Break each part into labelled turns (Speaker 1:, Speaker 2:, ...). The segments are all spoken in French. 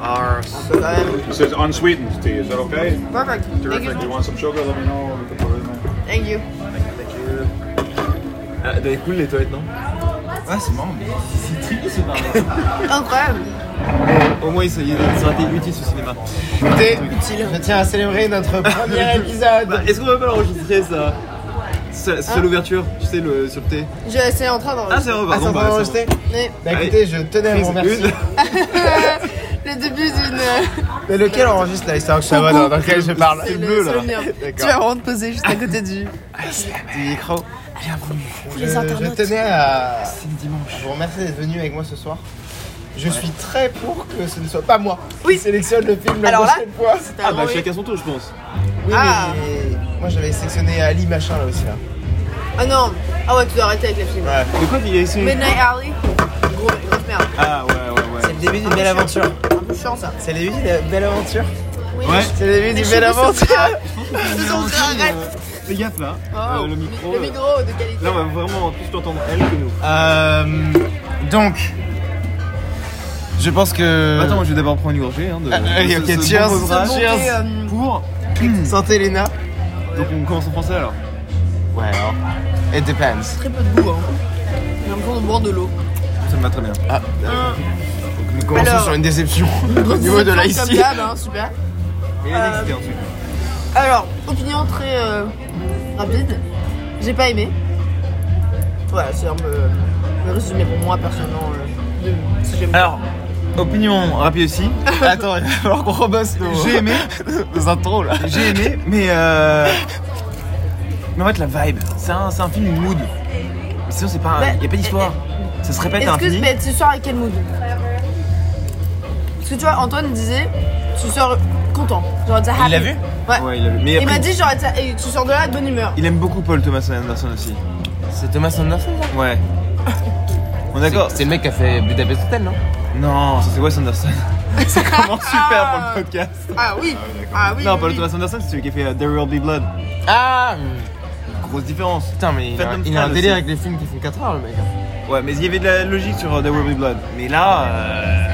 Speaker 1: our
Speaker 2: It says unsweetened tea. Is that okay?
Speaker 1: Perfect. Thank you.
Speaker 2: Terrific. You want some sugar? Let me know. We can put it in there.
Speaker 1: Thank you.
Speaker 3: Ah, T'avais cool les toilettes, non
Speaker 4: Ah, c'est marrant, mais c'est triste ce bar.
Speaker 1: Incroyable.
Speaker 3: Au moins, ça, y est, ça a été utile ce cinéma.
Speaker 1: T'es utile.
Speaker 5: Je tiens à célébrer notre premier épisode.
Speaker 3: Bah, Est-ce qu'on va pas l'enregistrer ça C'est c'est
Speaker 1: Hein
Speaker 3: l'ouverture, tu sais, le, sur le thé.
Speaker 1: Je suis en train d'en
Speaker 3: Ah, c'est vrai,
Speaker 5: Ah,
Speaker 3: pardon.
Speaker 5: ça
Speaker 3: bah,
Speaker 5: va
Speaker 3: c'est
Speaker 5: enregistrer
Speaker 1: Mais,
Speaker 5: Bah écoutez, je tenais à vous
Speaker 3: bon.
Speaker 5: remercier.
Speaker 3: Une.
Speaker 1: le début d'une.
Speaker 5: Mais lequel enregistre la Star Shaman dans lequel je parle
Speaker 1: C'est le souvenir. Tu vas
Speaker 5: D'accord.
Speaker 1: vraiment te poser juste à côté du.
Speaker 3: Ah,
Speaker 5: Du micro.
Speaker 1: Pour
Speaker 5: Je,
Speaker 1: les
Speaker 5: je
Speaker 1: internautes.
Speaker 5: tenais à vous remercier d'être venu avec moi ce soir. Je suis très pour que ce ne soit pas moi
Speaker 1: Oui.
Speaker 5: qui sélectionne le film la
Speaker 1: Alors là-
Speaker 5: prochaine fois.
Speaker 3: Ah, bah, chacun son tour, je pense.
Speaker 5: Oui,
Speaker 1: Ah.
Speaker 5: mais moi j'avais sélectionné Ali machin là aussi. Là.
Speaker 1: Ah non. Ah ouais, tu dois arrêter avec les films.
Speaker 5: Ouais.
Speaker 3: De quoi tu y as essayé
Speaker 1: Midnight Alley. Gros, grosse merde.
Speaker 3: Ah, ouais, ouais, ouais.
Speaker 5: C'est le début d'une belle aventure.
Speaker 1: Un peu chiant ça.
Speaker 5: C'est le début d'une belle aventure.
Speaker 1: Oui.
Speaker 3: Ouais.
Speaker 5: C'est le début
Speaker 1: Mais
Speaker 5: d'une
Speaker 1: je
Speaker 5: belle
Speaker 1: sais pas si
Speaker 5: aventure.
Speaker 1: Ils ont fait un rêve.
Speaker 3: Fais gaffe là,
Speaker 1: Oh.
Speaker 3: Euh, le micro.
Speaker 1: Le
Speaker 3: euh,
Speaker 1: micro de qualité.
Speaker 3: Là, on va vraiment plus t'entendre elle que nous.
Speaker 5: Euh, donc, je pense que.
Speaker 3: Attends, moi je vais d'abord prendre une gorgée. Hein, de...
Speaker 5: Ah, allez,
Speaker 3: de
Speaker 5: ok,
Speaker 3: ce- ce
Speaker 5: cheers.
Speaker 3: bon breuvage.
Speaker 5: Cheers.
Speaker 1: Et, euh,
Speaker 3: Pour.
Speaker 5: Santé Léna.
Speaker 3: Donc, on commence en français alors.
Speaker 5: Ouais, alors. It depends.
Speaker 1: très peu de goût. Hein. J'ai l'impression de boire de l'eau.
Speaker 3: Ça me va très bien.
Speaker 5: Nous commençons
Speaker 1: Alors.
Speaker 5: sur une déception au niveau de la
Speaker 1: Comme
Speaker 5: ici.
Speaker 1: d'hab, hein, super.
Speaker 3: Et Alex,
Speaker 1: Euh,
Speaker 3: c'était un truc.
Speaker 1: Alors, opinion très euh, rapide. J'ai pas aimé. Voilà, c'est un peu euh, le résumé pour moi personnellement. euh, de- si j'aime
Speaker 3: Alors, opinion rapide aussi.
Speaker 5: Attends, il va falloir qu'on rebosse nos.
Speaker 3: J'ai aimé.
Speaker 5: nos intros là.
Speaker 3: J'ai aimé, mais euh... Mais en fait, la vibe, c'est un, c'est un film mood. Mais Sinon, c'est pas.
Speaker 1: Bah, euh,
Speaker 3: Il n'y a pas d'histoire. Ça se répète à
Speaker 1: Excuse,
Speaker 3: l'infini.
Speaker 1: mais tu sors avec quel mood Parce que tu vois, Antoine disait, tu sors content. Genre, t'es happy.
Speaker 5: l'a vu
Speaker 1: Ouais.
Speaker 3: Ouais, il avait- mais
Speaker 1: Il m'a
Speaker 3: après,
Speaker 1: dit, genre, t'es- et tu sors de là de bonne humeur.
Speaker 3: il aime beaucoup Paul Thomas Anderson aussi.
Speaker 4: C'est Thomas Anderson là
Speaker 3: Ouais. On est d'accord
Speaker 4: C'est le mec qui a fait Budapest Hotel, non
Speaker 3: Non, ça c'est Wes Anderson. ça commence super pour
Speaker 1: Ah.
Speaker 3: le podcast.
Speaker 1: Ah oui Ah oui
Speaker 3: non,
Speaker 1: oui,
Speaker 3: Paul
Speaker 1: oui.
Speaker 3: Thomas Anderson, c'est celui qui a fait euh, There Will Be Blood.
Speaker 4: Ah
Speaker 3: Grosse différence.
Speaker 4: Putain, mais il a,
Speaker 3: Phantom
Speaker 4: il a un
Speaker 3: Thread
Speaker 4: délire
Speaker 3: aussi.
Speaker 4: avec les films qui font 4 heures, le mec.
Speaker 3: Ouais, mais il y avait de la logique sur euh, There Will Be Blood. Mais là, euh,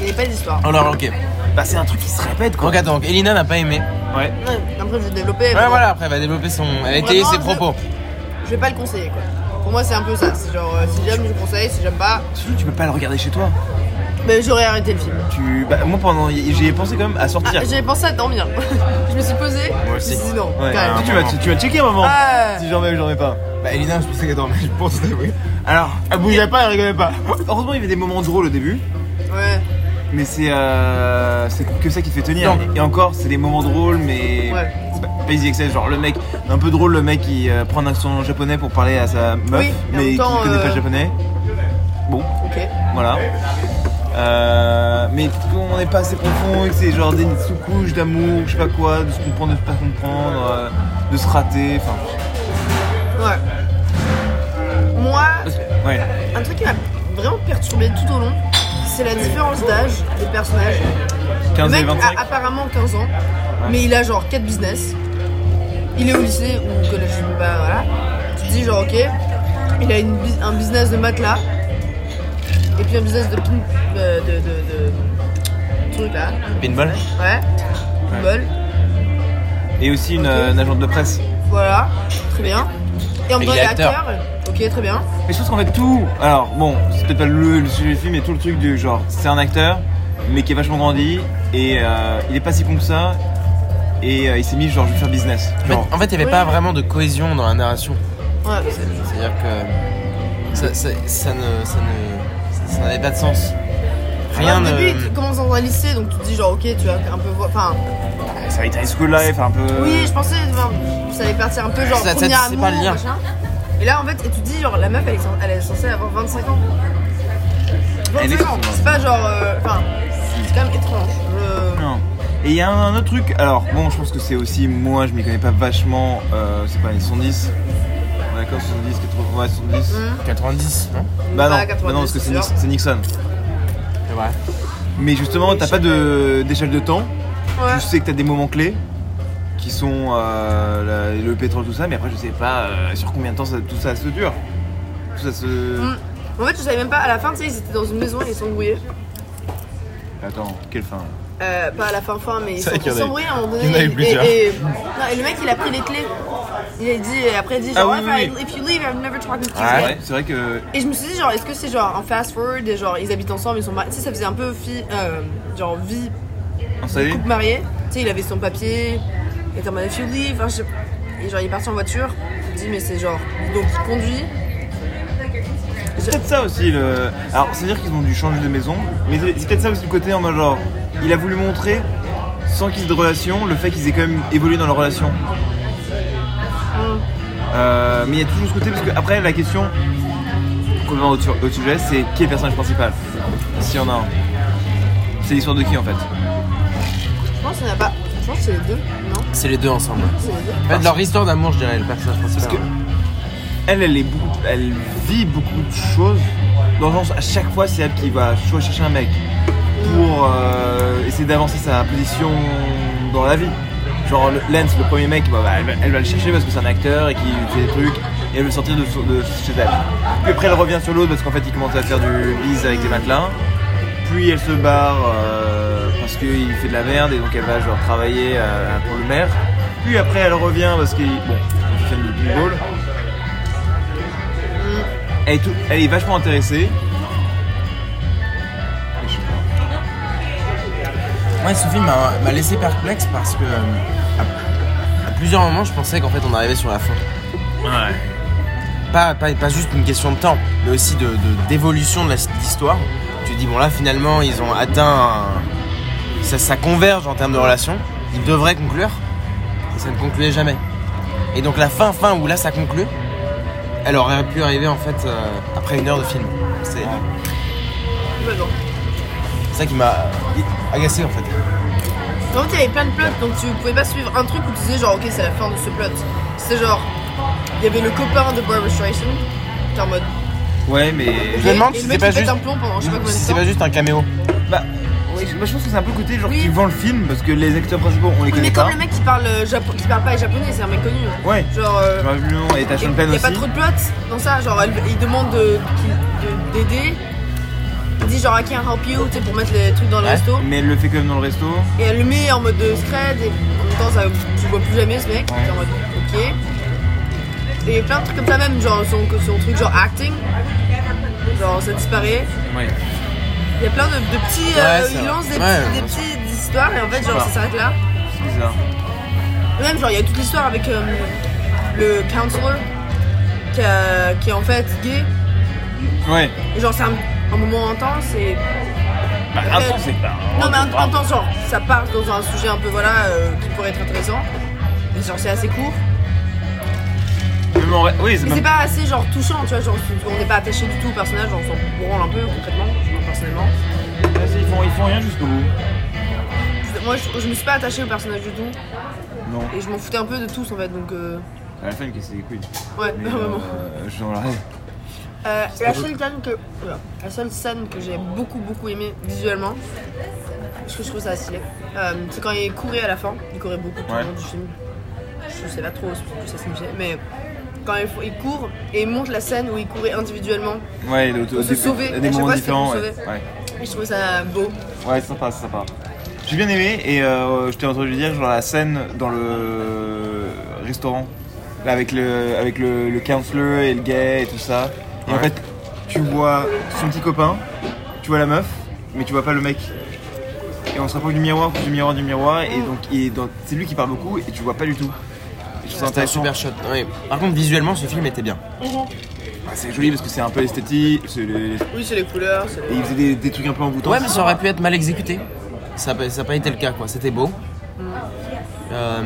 Speaker 1: Il n'y avait pas d'histoire.
Speaker 4: Alors, ok.
Speaker 3: bah, c'est un truc qui se répète quoi.
Speaker 4: Donc, attends, donc, Elina n'a pas aimé.
Speaker 3: Ouais.
Speaker 1: Ouais, Après, je vais développer. mais
Speaker 4: Ouais,
Speaker 1: bon,
Speaker 4: voilà, après, elle va développer son. Elle a étayé
Speaker 1: Vraiment,
Speaker 4: ses
Speaker 1: je-
Speaker 4: propos.
Speaker 1: Je vais pas le conseiller, quoi. Pour moi, c'est un peu ça. C'est genre, euh, si j'aime, je conseille. Si j'aime pas,
Speaker 3: Surtout, tu peux pas le regarder chez toi.
Speaker 1: mais j'aurais arrêté le film.
Speaker 3: Tu... Bah, moi, pendant. J'y ai pensé quand même à
Speaker 1: Ah,
Speaker 3: sortir.
Speaker 1: J'avais pensé à dormir. je me suis posée.
Speaker 4: Moi aussi.
Speaker 1: Je me suis dit non.
Speaker 3: Ouais,
Speaker 1: quand même.
Speaker 3: tu, tu vas, tu, tu vas checker maman
Speaker 1: Ah.
Speaker 3: Si j'en ai ou j'en ai pas.
Speaker 5: Bah, Elina, je pensais qu'elle dormait, je pense, oui. Ah,
Speaker 3: Alors,
Speaker 5: Elle bougeait pas, elle rigolait pas.
Speaker 3: heureusement il y avait des moments drôles au début,
Speaker 1: Ouais.
Speaker 3: mais c'est euh, c'est que ça qui fait tenir. Et encore, c'est des moments drôles, mais
Speaker 1: Ouais.
Speaker 3: c'est pas, pas easy access. Genre le mec, un peu drôle, le mec qui euh, prend un accent japonais pour parler à sa meuf,
Speaker 1: Oui, et
Speaker 3: mais
Speaker 1: en même
Speaker 3: qui
Speaker 1: temps,
Speaker 3: connaît pas
Speaker 1: euh,
Speaker 3: le japonais. Bon,
Speaker 1: Ok.
Speaker 3: voilà. Euh, mais on n'est pas assez profond, et que c'est genre des sous-couches d'amour, je sais pas quoi, de se comprendre, de se pas comprendre, euh, de se rater, enfin.
Speaker 1: Ouais. Moi,
Speaker 3: Ouais.
Speaker 1: un truc qui m'a vraiment perturbé tout au long, c'est la différence d'âge des personnages. Le
Speaker 3: 15 et
Speaker 1: mec ah,
Speaker 3: 25.
Speaker 1: a apparemment 15 ans, mais il a genre 4 business. Il est au lycée ou au collège, je sais pas, voilà. Tu te dis genre, ok, il a une bus- un business de matelas, et puis un business de pin. euh, de, de, de- truc là,
Speaker 4: Pinball
Speaker 1: ouais. Bol,
Speaker 3: Et aussi une,
Speaker 1: Ok.
Speaker 3: euh, une agente de presse.
Speaker 1: voilà, très bien. Et en même temps,
Speaker 4: Il
Speaker 1: il
Speaker 4: est
Speaker 1: est acteur, ok, très bien.
Speaker 3: Mais je pense qu'en fait tout. Alors bon, c'est peut-être pas le, le sujet du film, mais tout le truc du genre, c'est un acteur, mais qui est vachement grandi et euh, il est pas si con que ça. Et euh, il s'est mis genre je vais faire business.
Speaker 4: En fait-
Speaker 3: Genre,
Speaker 4: En fait, il n'y avait
Speaker 1: Oui.
Speaker 4: pas vraiment de cohésion dans la narration.
Speaker 1: Ouais,
Speaker 4: C'est- C'est-à-dire que ça, ça, ça ne, ça ne, ça, ça n'avait pas de sens. Rien
Speaker 1: Ouais, Au début,
Speaker 4: ne.
Speaker 1: tu commences dans un lycée, donc tu te dis genre, ok, tu vas un peu voir. Enfin,
Speaker 3: ça va être high school life un peu.
Speaker 1: oui, je pensais, enfin, ça allait partir un peu genre
Speaker 4: Ça- ça-
Speaker 1: premier
Speaker 4: c'est
Speaker 1: amour,
Speaker 4: pas le lien.
Speaker 1: machin. Et là, en fait, et tu te dis genre, la meuf, elle est, cen- elle est censée avoir 25 ans.
Speaker 3: Elle
Speaker 1: 25
Speaker 3: est-
Speaker 1: ans, c'est pas genre, euh, enfin, c'est quand même étrange. Euh, Je-
Speaker 3: Non. Et il y a un, un autre truc. Alors bon, je pense que c'est aussi moi, je m'y connais pas vachement. euh, c'est pas les 110. On est D'accord, 70, 80, ouais, 70.
Speaker 1: Hmm.
Speaker 4: 90, non
Speaker 3: Bah non,
Speaker 1: Bah,
Speaker 3: bah non, parce que c'est
Speaker 1: 90,
Speaker 3: Nix- c'est Nixon.
Speaker 4: Ouais.
Speaker 3: Mais justement, t'as pas de- d'échelle de temps.
Speaker 1: Ouais.
Speaker 3: Je sais que t'as des moments clés qui sont euh, la- le pétrole, tout ça, mais après je sais pas euh, sur combien de temps ça- tout ça se dure. Tout ça se.
Speaker 1: Mm. En fait, je savais même pas, à la fin, tu sais, ils étaient dans une maison, ils sont brouillés.
Speaker 3: Attends, quelle fin
Speaker 1: Euh, pas à la fin fin, mais ils
Speaker 4: C'est vrai
Speaker 1: sont
Speaker 4: qu'il y en a eu-
Speaker 1: embrouillés à un moment donné.
Speaker 4: il y en a eu
Speaker 1: et- et-
Speaker 4: plusieurs.
Speaker 1: Et, non, et le mec, il a pris les clés. Il a dit, et après, il dit genre,
Speaker 3: Ah oui,
Speaker 1: if, I-
Speaker 3: oui, oui.
Speaker 1: if you leave, I'm never talking
Speaker 4: Ah
Speaker 1: to you
Speaker 3: C'est
Speaker 1: again.
Speaker 3: vrai- C'est vrai que.
Speaker 1: Et je me suis dit, genre, est-ce que c'est genre un fast forward et genre ils habitent ensemble, ils sont mariés. Tu sais, ça faisait un peu fi- euh, genre vie
Speaker 3: Installé
Speaker 1: couple marié. Tu sais, il avait son papier, il était en mode if you leave. Enfin, je sais- Et genre, il est parti en voiture. Je me dis, mais c'est genre. Donc, il conduit.
Speaker 3: C'est peut-être ça aussi le. Alors, c'est-à-dire qu'ils ont dû changer de maison, mais c'est c'est peut-être ça aussi le côté en mode genre. Il a voulu montrer, sans qu'ils aient de relation, le fait qu'ils aient quand même évolué dans leur relation. Euh, mais il y a toujours ce côté, parce que après, la question, complètement autre, sur- autre sujet, c'est qui est le personnage principal S'il y en a un. C'est l'histoire de qui en fait
Speaker 1: Je pense qu'il n'y en a pas. Je pense que c'est les deux. Non
Speaker 4: C'est les deux ensemble.
Speaker 1: C'est les deux.
Speaker 4: En fait, leur histoire d'amour, je dirais, le personnage principal.
Speaker 3: Parce que elle, elle, est beaucoup- elle vit beaucoup de choses. Dans le sens, à chaque fois, c'est elle qui va soit chercher un mec pour euh, essayer d'avancer sa position dans la vie. Genre le- Lens, le premier mec, bah, bah, elle, va- elle va le chercher parce que c'est un acteur et qu'il fait des trucs et elle veut le sortir de, son- de chez elle. Puis après, elle revient sur l'autre parce qu'en fait, il commence à faire du bise avec des matelas. Puis elle se barre euh, parce qu'il fait de la merde et donc elle va genre travailler euh, pour le maire. Puis après elle revient parce qu'il bon, il fait du ball. Elle est, tout- elle est vachement intéressée.
Speaker 4: Ouais, ce film m'a m'a laissé perplexe parce que euh, à, à plusieurs moments, je pensais qu'en fait, on arrivait sur la fin.
Speaker 3: Ouais.
Speaker 4: Pas, pas, pas juste une question de temps, mais aussi de de- d'évolution de, la- de l'histoire. Tu te dis, bon, là, finalement, ils ont atteint. un- Ça, ça converge en termes de relations. Ils devraient conclure. Et ça ne concluait jamais. Et donc, la fin, fin où là, ça conclut, elle aurait pu arriver en fait euh, après une heure de film. C'est
Speaker 1: Bah, non.
Speaker 4: c'est ça qui m'a euh, agacé en fait.
Speaker 1: En fait, il y avait plein de plots, donc tu pouvais pas suivre un truc où tu disais genre, ok, c'est la fin de ce plot. C'était genre, il y avait le copain de Barbara Streisand, qui est en mode.
Speaker 3: Ouais mais.
Speaker 1: ok,
Speaker 4: me demande
Speaker 1: et
Speaker 4: si
Speaker 1: le
Speaker 4: c'est
Speaker 1: mec,
Speaker 4: pas
Speaker 1: il pète
Speaker 4: juste-
Speaker 1: un plomb pendant je sais pas combien
Speaker 4: Si
Speaker 1: de
Speaker 4: c'est
Speaker 1: temps.
Speaker 4: pas juste un caméo.
Speaker 3: Bah, moi, je pense que c'est un peu le côté genre
Speaker 1: Oui.
Speaker 3: qui vend le film parce que les acteurs principaux on les
Speaker 1: Oui,
Speaker 3: connaît
Speaker 1: mais
Speaker 3: pas.
Speaker 1: comme le mec qui parle, euh, japo- qui parle pas japonais, c'est un mec connu.
Speaker 3: Ouais.
Speaker 1: Genre, euh,
Speaker 3: J'aurais vu le nom et t'as
Speaker 1: il
Speaker 3: Sean Penn
Speaker 1: y a
Speaker 3: aussi.
Speaker 1: pas trop de plots dans ça. Genre, elle- il demande de- qu'il- de- d'aider. Il dit genre, I can help you, tu sais, pour mettre les trucs dans le
Speaker 4: Ouais.
Speaker 1: resto.
Speaker 3: Mais elle le fait quand même dans le resto.
Speaker 1: Et elle le met en mode de scred et en même temps ça, tu le vois plus jamais ce mec.
Speaker 3: Ouais.
Speaker 1: T'es en mode ok. Et plein de trucs comme ça même, genre son, son truc genre acting. Genre ça disparaît.
Speaker 3: Ouais.
Speaker 1: Il y a plein de, de petits. euh,
Speaker 4: Ouais, c'est
Speaker 1: il
Speaker 4: vrai.
Speaker 1: lance des,
Speaker 4: Ouais,
Speaker 1: petits, des
Speaker 4: bien sûr.
Speaker 1: petites histoires et en fait genre
Speaker 3: Voilà.
Speaker 1: ça s'arrête là.
Speaker 3: C'est bizarre.
Speaker 1: Et Même genre il y a toute l'histoire avec euh, le counselor qui, a- qui est en fait gay.
Speaker 3: Ouais.
Speaker 1: Et genre c'est un, un moment intense et.
Speaker 3: Bah,
Speaker 1: Euh,
Speaker 3: attends, c'est pas.
Speaker 1: Non mais en, en temps genre, ça part dans un sujet un peu voilà euh, qui pourrait être intéressant. Mais genre c'est assez court.
Speaker 3: Même en vrai- Oui, c'est
Speaker 1: Mais c'est
Speaker 3: même-
Speaker 1: pas assez genre touchant, tu vois, genre on n'est pas attaché du tout au personnage, genre, on s'en branle un peu concrètement, enfin, personnellement.
Speaker 3: Ils font, ils font rien jusqu'au bout.
Speaker 1: Moi je, je me suis pas attaché au personnage du tout
Speaker 3: Non.
Speaker 1: et je m'en foutais un peu de tous en fait donc euh,
Speaker 3: À la fin, il me casse les couilles.
Speaker 1: ouais
Speaker 3: Mais,
Speaker 1: vraiment.
Speaker 3: euh, genre, là,
Speaker 1: Euh, la seule scène que oula, la seule scène que j'ai beaucoup beaucoup aimé visuellement, parce que je trouve ça stylé, euh, c'est quand il courait à la fin, il courait beaucoup tout
Speaker 3: Ouais.
Speaker 1: le long du film. Je sais pas trop ce que ça signifiait mais quand il, faut- il court et il montre la scène où il courait individuellement
Speaker 3: Ouais, il est
Speaker 1: Faut
Speaker 3: auto-
Speaker 1: se
Speaker 3: des,
Speaker 1: sauver.
Speaker 3: à
Speaker 1: À
Speaker 3: des
Speaker 1: chaque
Speaker 3: moments
Speaker 1: fois, c'était
Speaker 3: différents.
Speaker 1: pour
Speaker 3: Ouais,
Speaker 1: sauver.
Speaker 3: ouais.
Speaker 1: et je trouve ça beau.
Speaker 3: Ouais, c'est sympa, c'est sympa. J'ai bien aimé et euh, je t'ai entendu dire genre la scène dans le restaurant là, avec le avec le, le counselor et le gay et tout ça. Et en
Speaker 4: Ouais.
Speaker 3: fait, tu vois son petit copain, tu vois la meuf, mais tu vois pas le mec. Et on se rapproche du miroir, du miroir, du miroir, et donc il est dans- c'est lui qui parle beaucoup et tu vois pas du tout. Et je trouve ça
Speaker 4: C'était un
Speaker 3: intéressant.
Speaker 4: super shot. ouais. Par contre, visuellement, ce film était bien.
Speaker 3: Ah, C'est joli parce que c'est un peu esthétique, c'est les- et
Speaker 1: Oui c'est les couleurs, c'est
Speaker 3: il faisait des, des trucs un peu envoûtants.
Speaker 4: Ouais, mais ça aurait pu être mal exécuté. Ça n'a pas- ça a pas été le cas, quoi. C'était beau.
Speaker 1: Mm.
Speaker 4: Euh,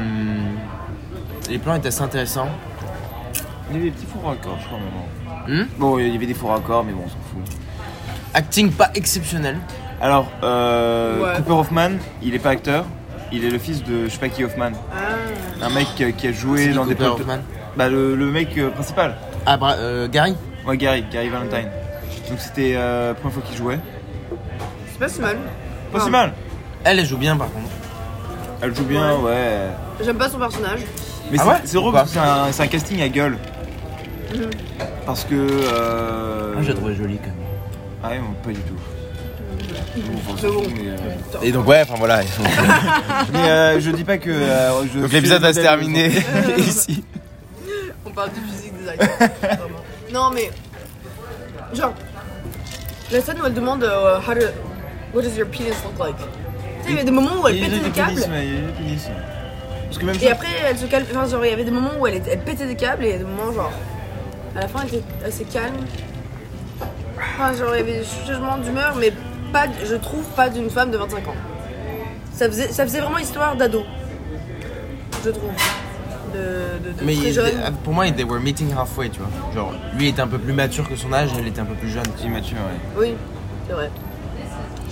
Speaker 4: les plans étaient assez intéressants.
Speaker 3: Il y avait des petits faux raccords, je crois, à un moment.
Speaker 4: Hmm
Speaker 3: Bon, il y avait des faux raccords, mais bon, on s'en fout.
Speaker 4: Acting pas exceptionnel.
Speaker 3: Alors, euh,
Speaker 1: Ouais.
Speaker 3: Cooper Hoffman, il est pas acteur, il est le fils de je sais pas qui Hoffman,
Speaker 1: Ah.
Speaker 3: un mec euh, qui a joué
Speaker 4: C'est
Speaker 3: dans des
Speaker 4: Cooper
Speaker 3: de-
Speaker 4: Hoffman
Speaker 3: Bah, le, le mec euh, principal,
Speaker 4: Ah, bra- euh, Gary
Speaker 3: ouais, Gary, Gary Valentine. Donc, c'était euh, la première fois qu'il jouait.
Speaker 1: C'est pas si mal.
Speaker 3: Pas
Speaker 1: Ah.
Speaker 3: si mal,
Speaker 4: Elle, elle joue bien, par contre.
Speaker 3: elle joue bien, ouais.
Speaker 1: J'aime pas son personnage.
Speaker 3: Mais
Speaker 4: Ah
Speaker 3: c'est-
Speaker 4: ouais
Speaker 3: c'est drôle
Speaker 4: Pourquoi
Speaker 3: parce que c'est un, c'est un casting à gueule.
Speaker 1: Mm.
Speaker 3: Parce que. Euh...
Speaker 4: Moi, je la Ah, trouvais jolie, quand même.
Speaker 3: Ah, ouais, bon, pas du tout.
Speaker 1: Mm. C'est bon. Ah.
Speaker 3: Mais, euh,
Speaker 4: Et donc, ouais, enfin voilà.
Speaker 3: mais, euh, je dis pas que. euh, je
Speaker 4: Donc
Speaker 3: suis
Speaker 4: l'épisode
Speaker 3: le
Speaker 4: va se
Speaker 3: modèle-
Speaker 4: terminer ici.
Speaker 1: On parle de physique des acteurs. vraiment. non, mais. Genre, la scène où elle demande euh, how to- What does your penis look like Tu sais, il y avait des moments où elle
Speaker 3: Il y a
Speaker 1: pétait
Speaker 3: eu
Speaker 1: des
Speaker 3: des
Speaker 1: câbles.
Speaker 3: pénis, ouais, il y a eu des pénis. Parce que même
Speaker 1: Et
Speaker 3: chose,
Speaker 1: après, elle se calme. Enfin, genre, il y avait des moments où elle, était- elle pétait des câbles et il y a des moments, genre. À la fin, elle était assez calme. Enfin, genre, il y avait des changements d'humeur, mais pas, d- je trouve pas d'une femme de 25 ans. Ça faisait, ça faisait vraiment histoire d'ado. Je trouve. De, de, de
Speaker 4: Mais
Speaker 1: très
Speaker 4: il-
Speaker 1: jeune.
Speaker 4: pour moi, they were meeting halfway, tu vois. Genre, lui était un peu plus mature que son âge, elle était un peu plus jeune.
Speaker 3: petit Mathieu, ouais.
Speaker 1: Oui, c'est vrai.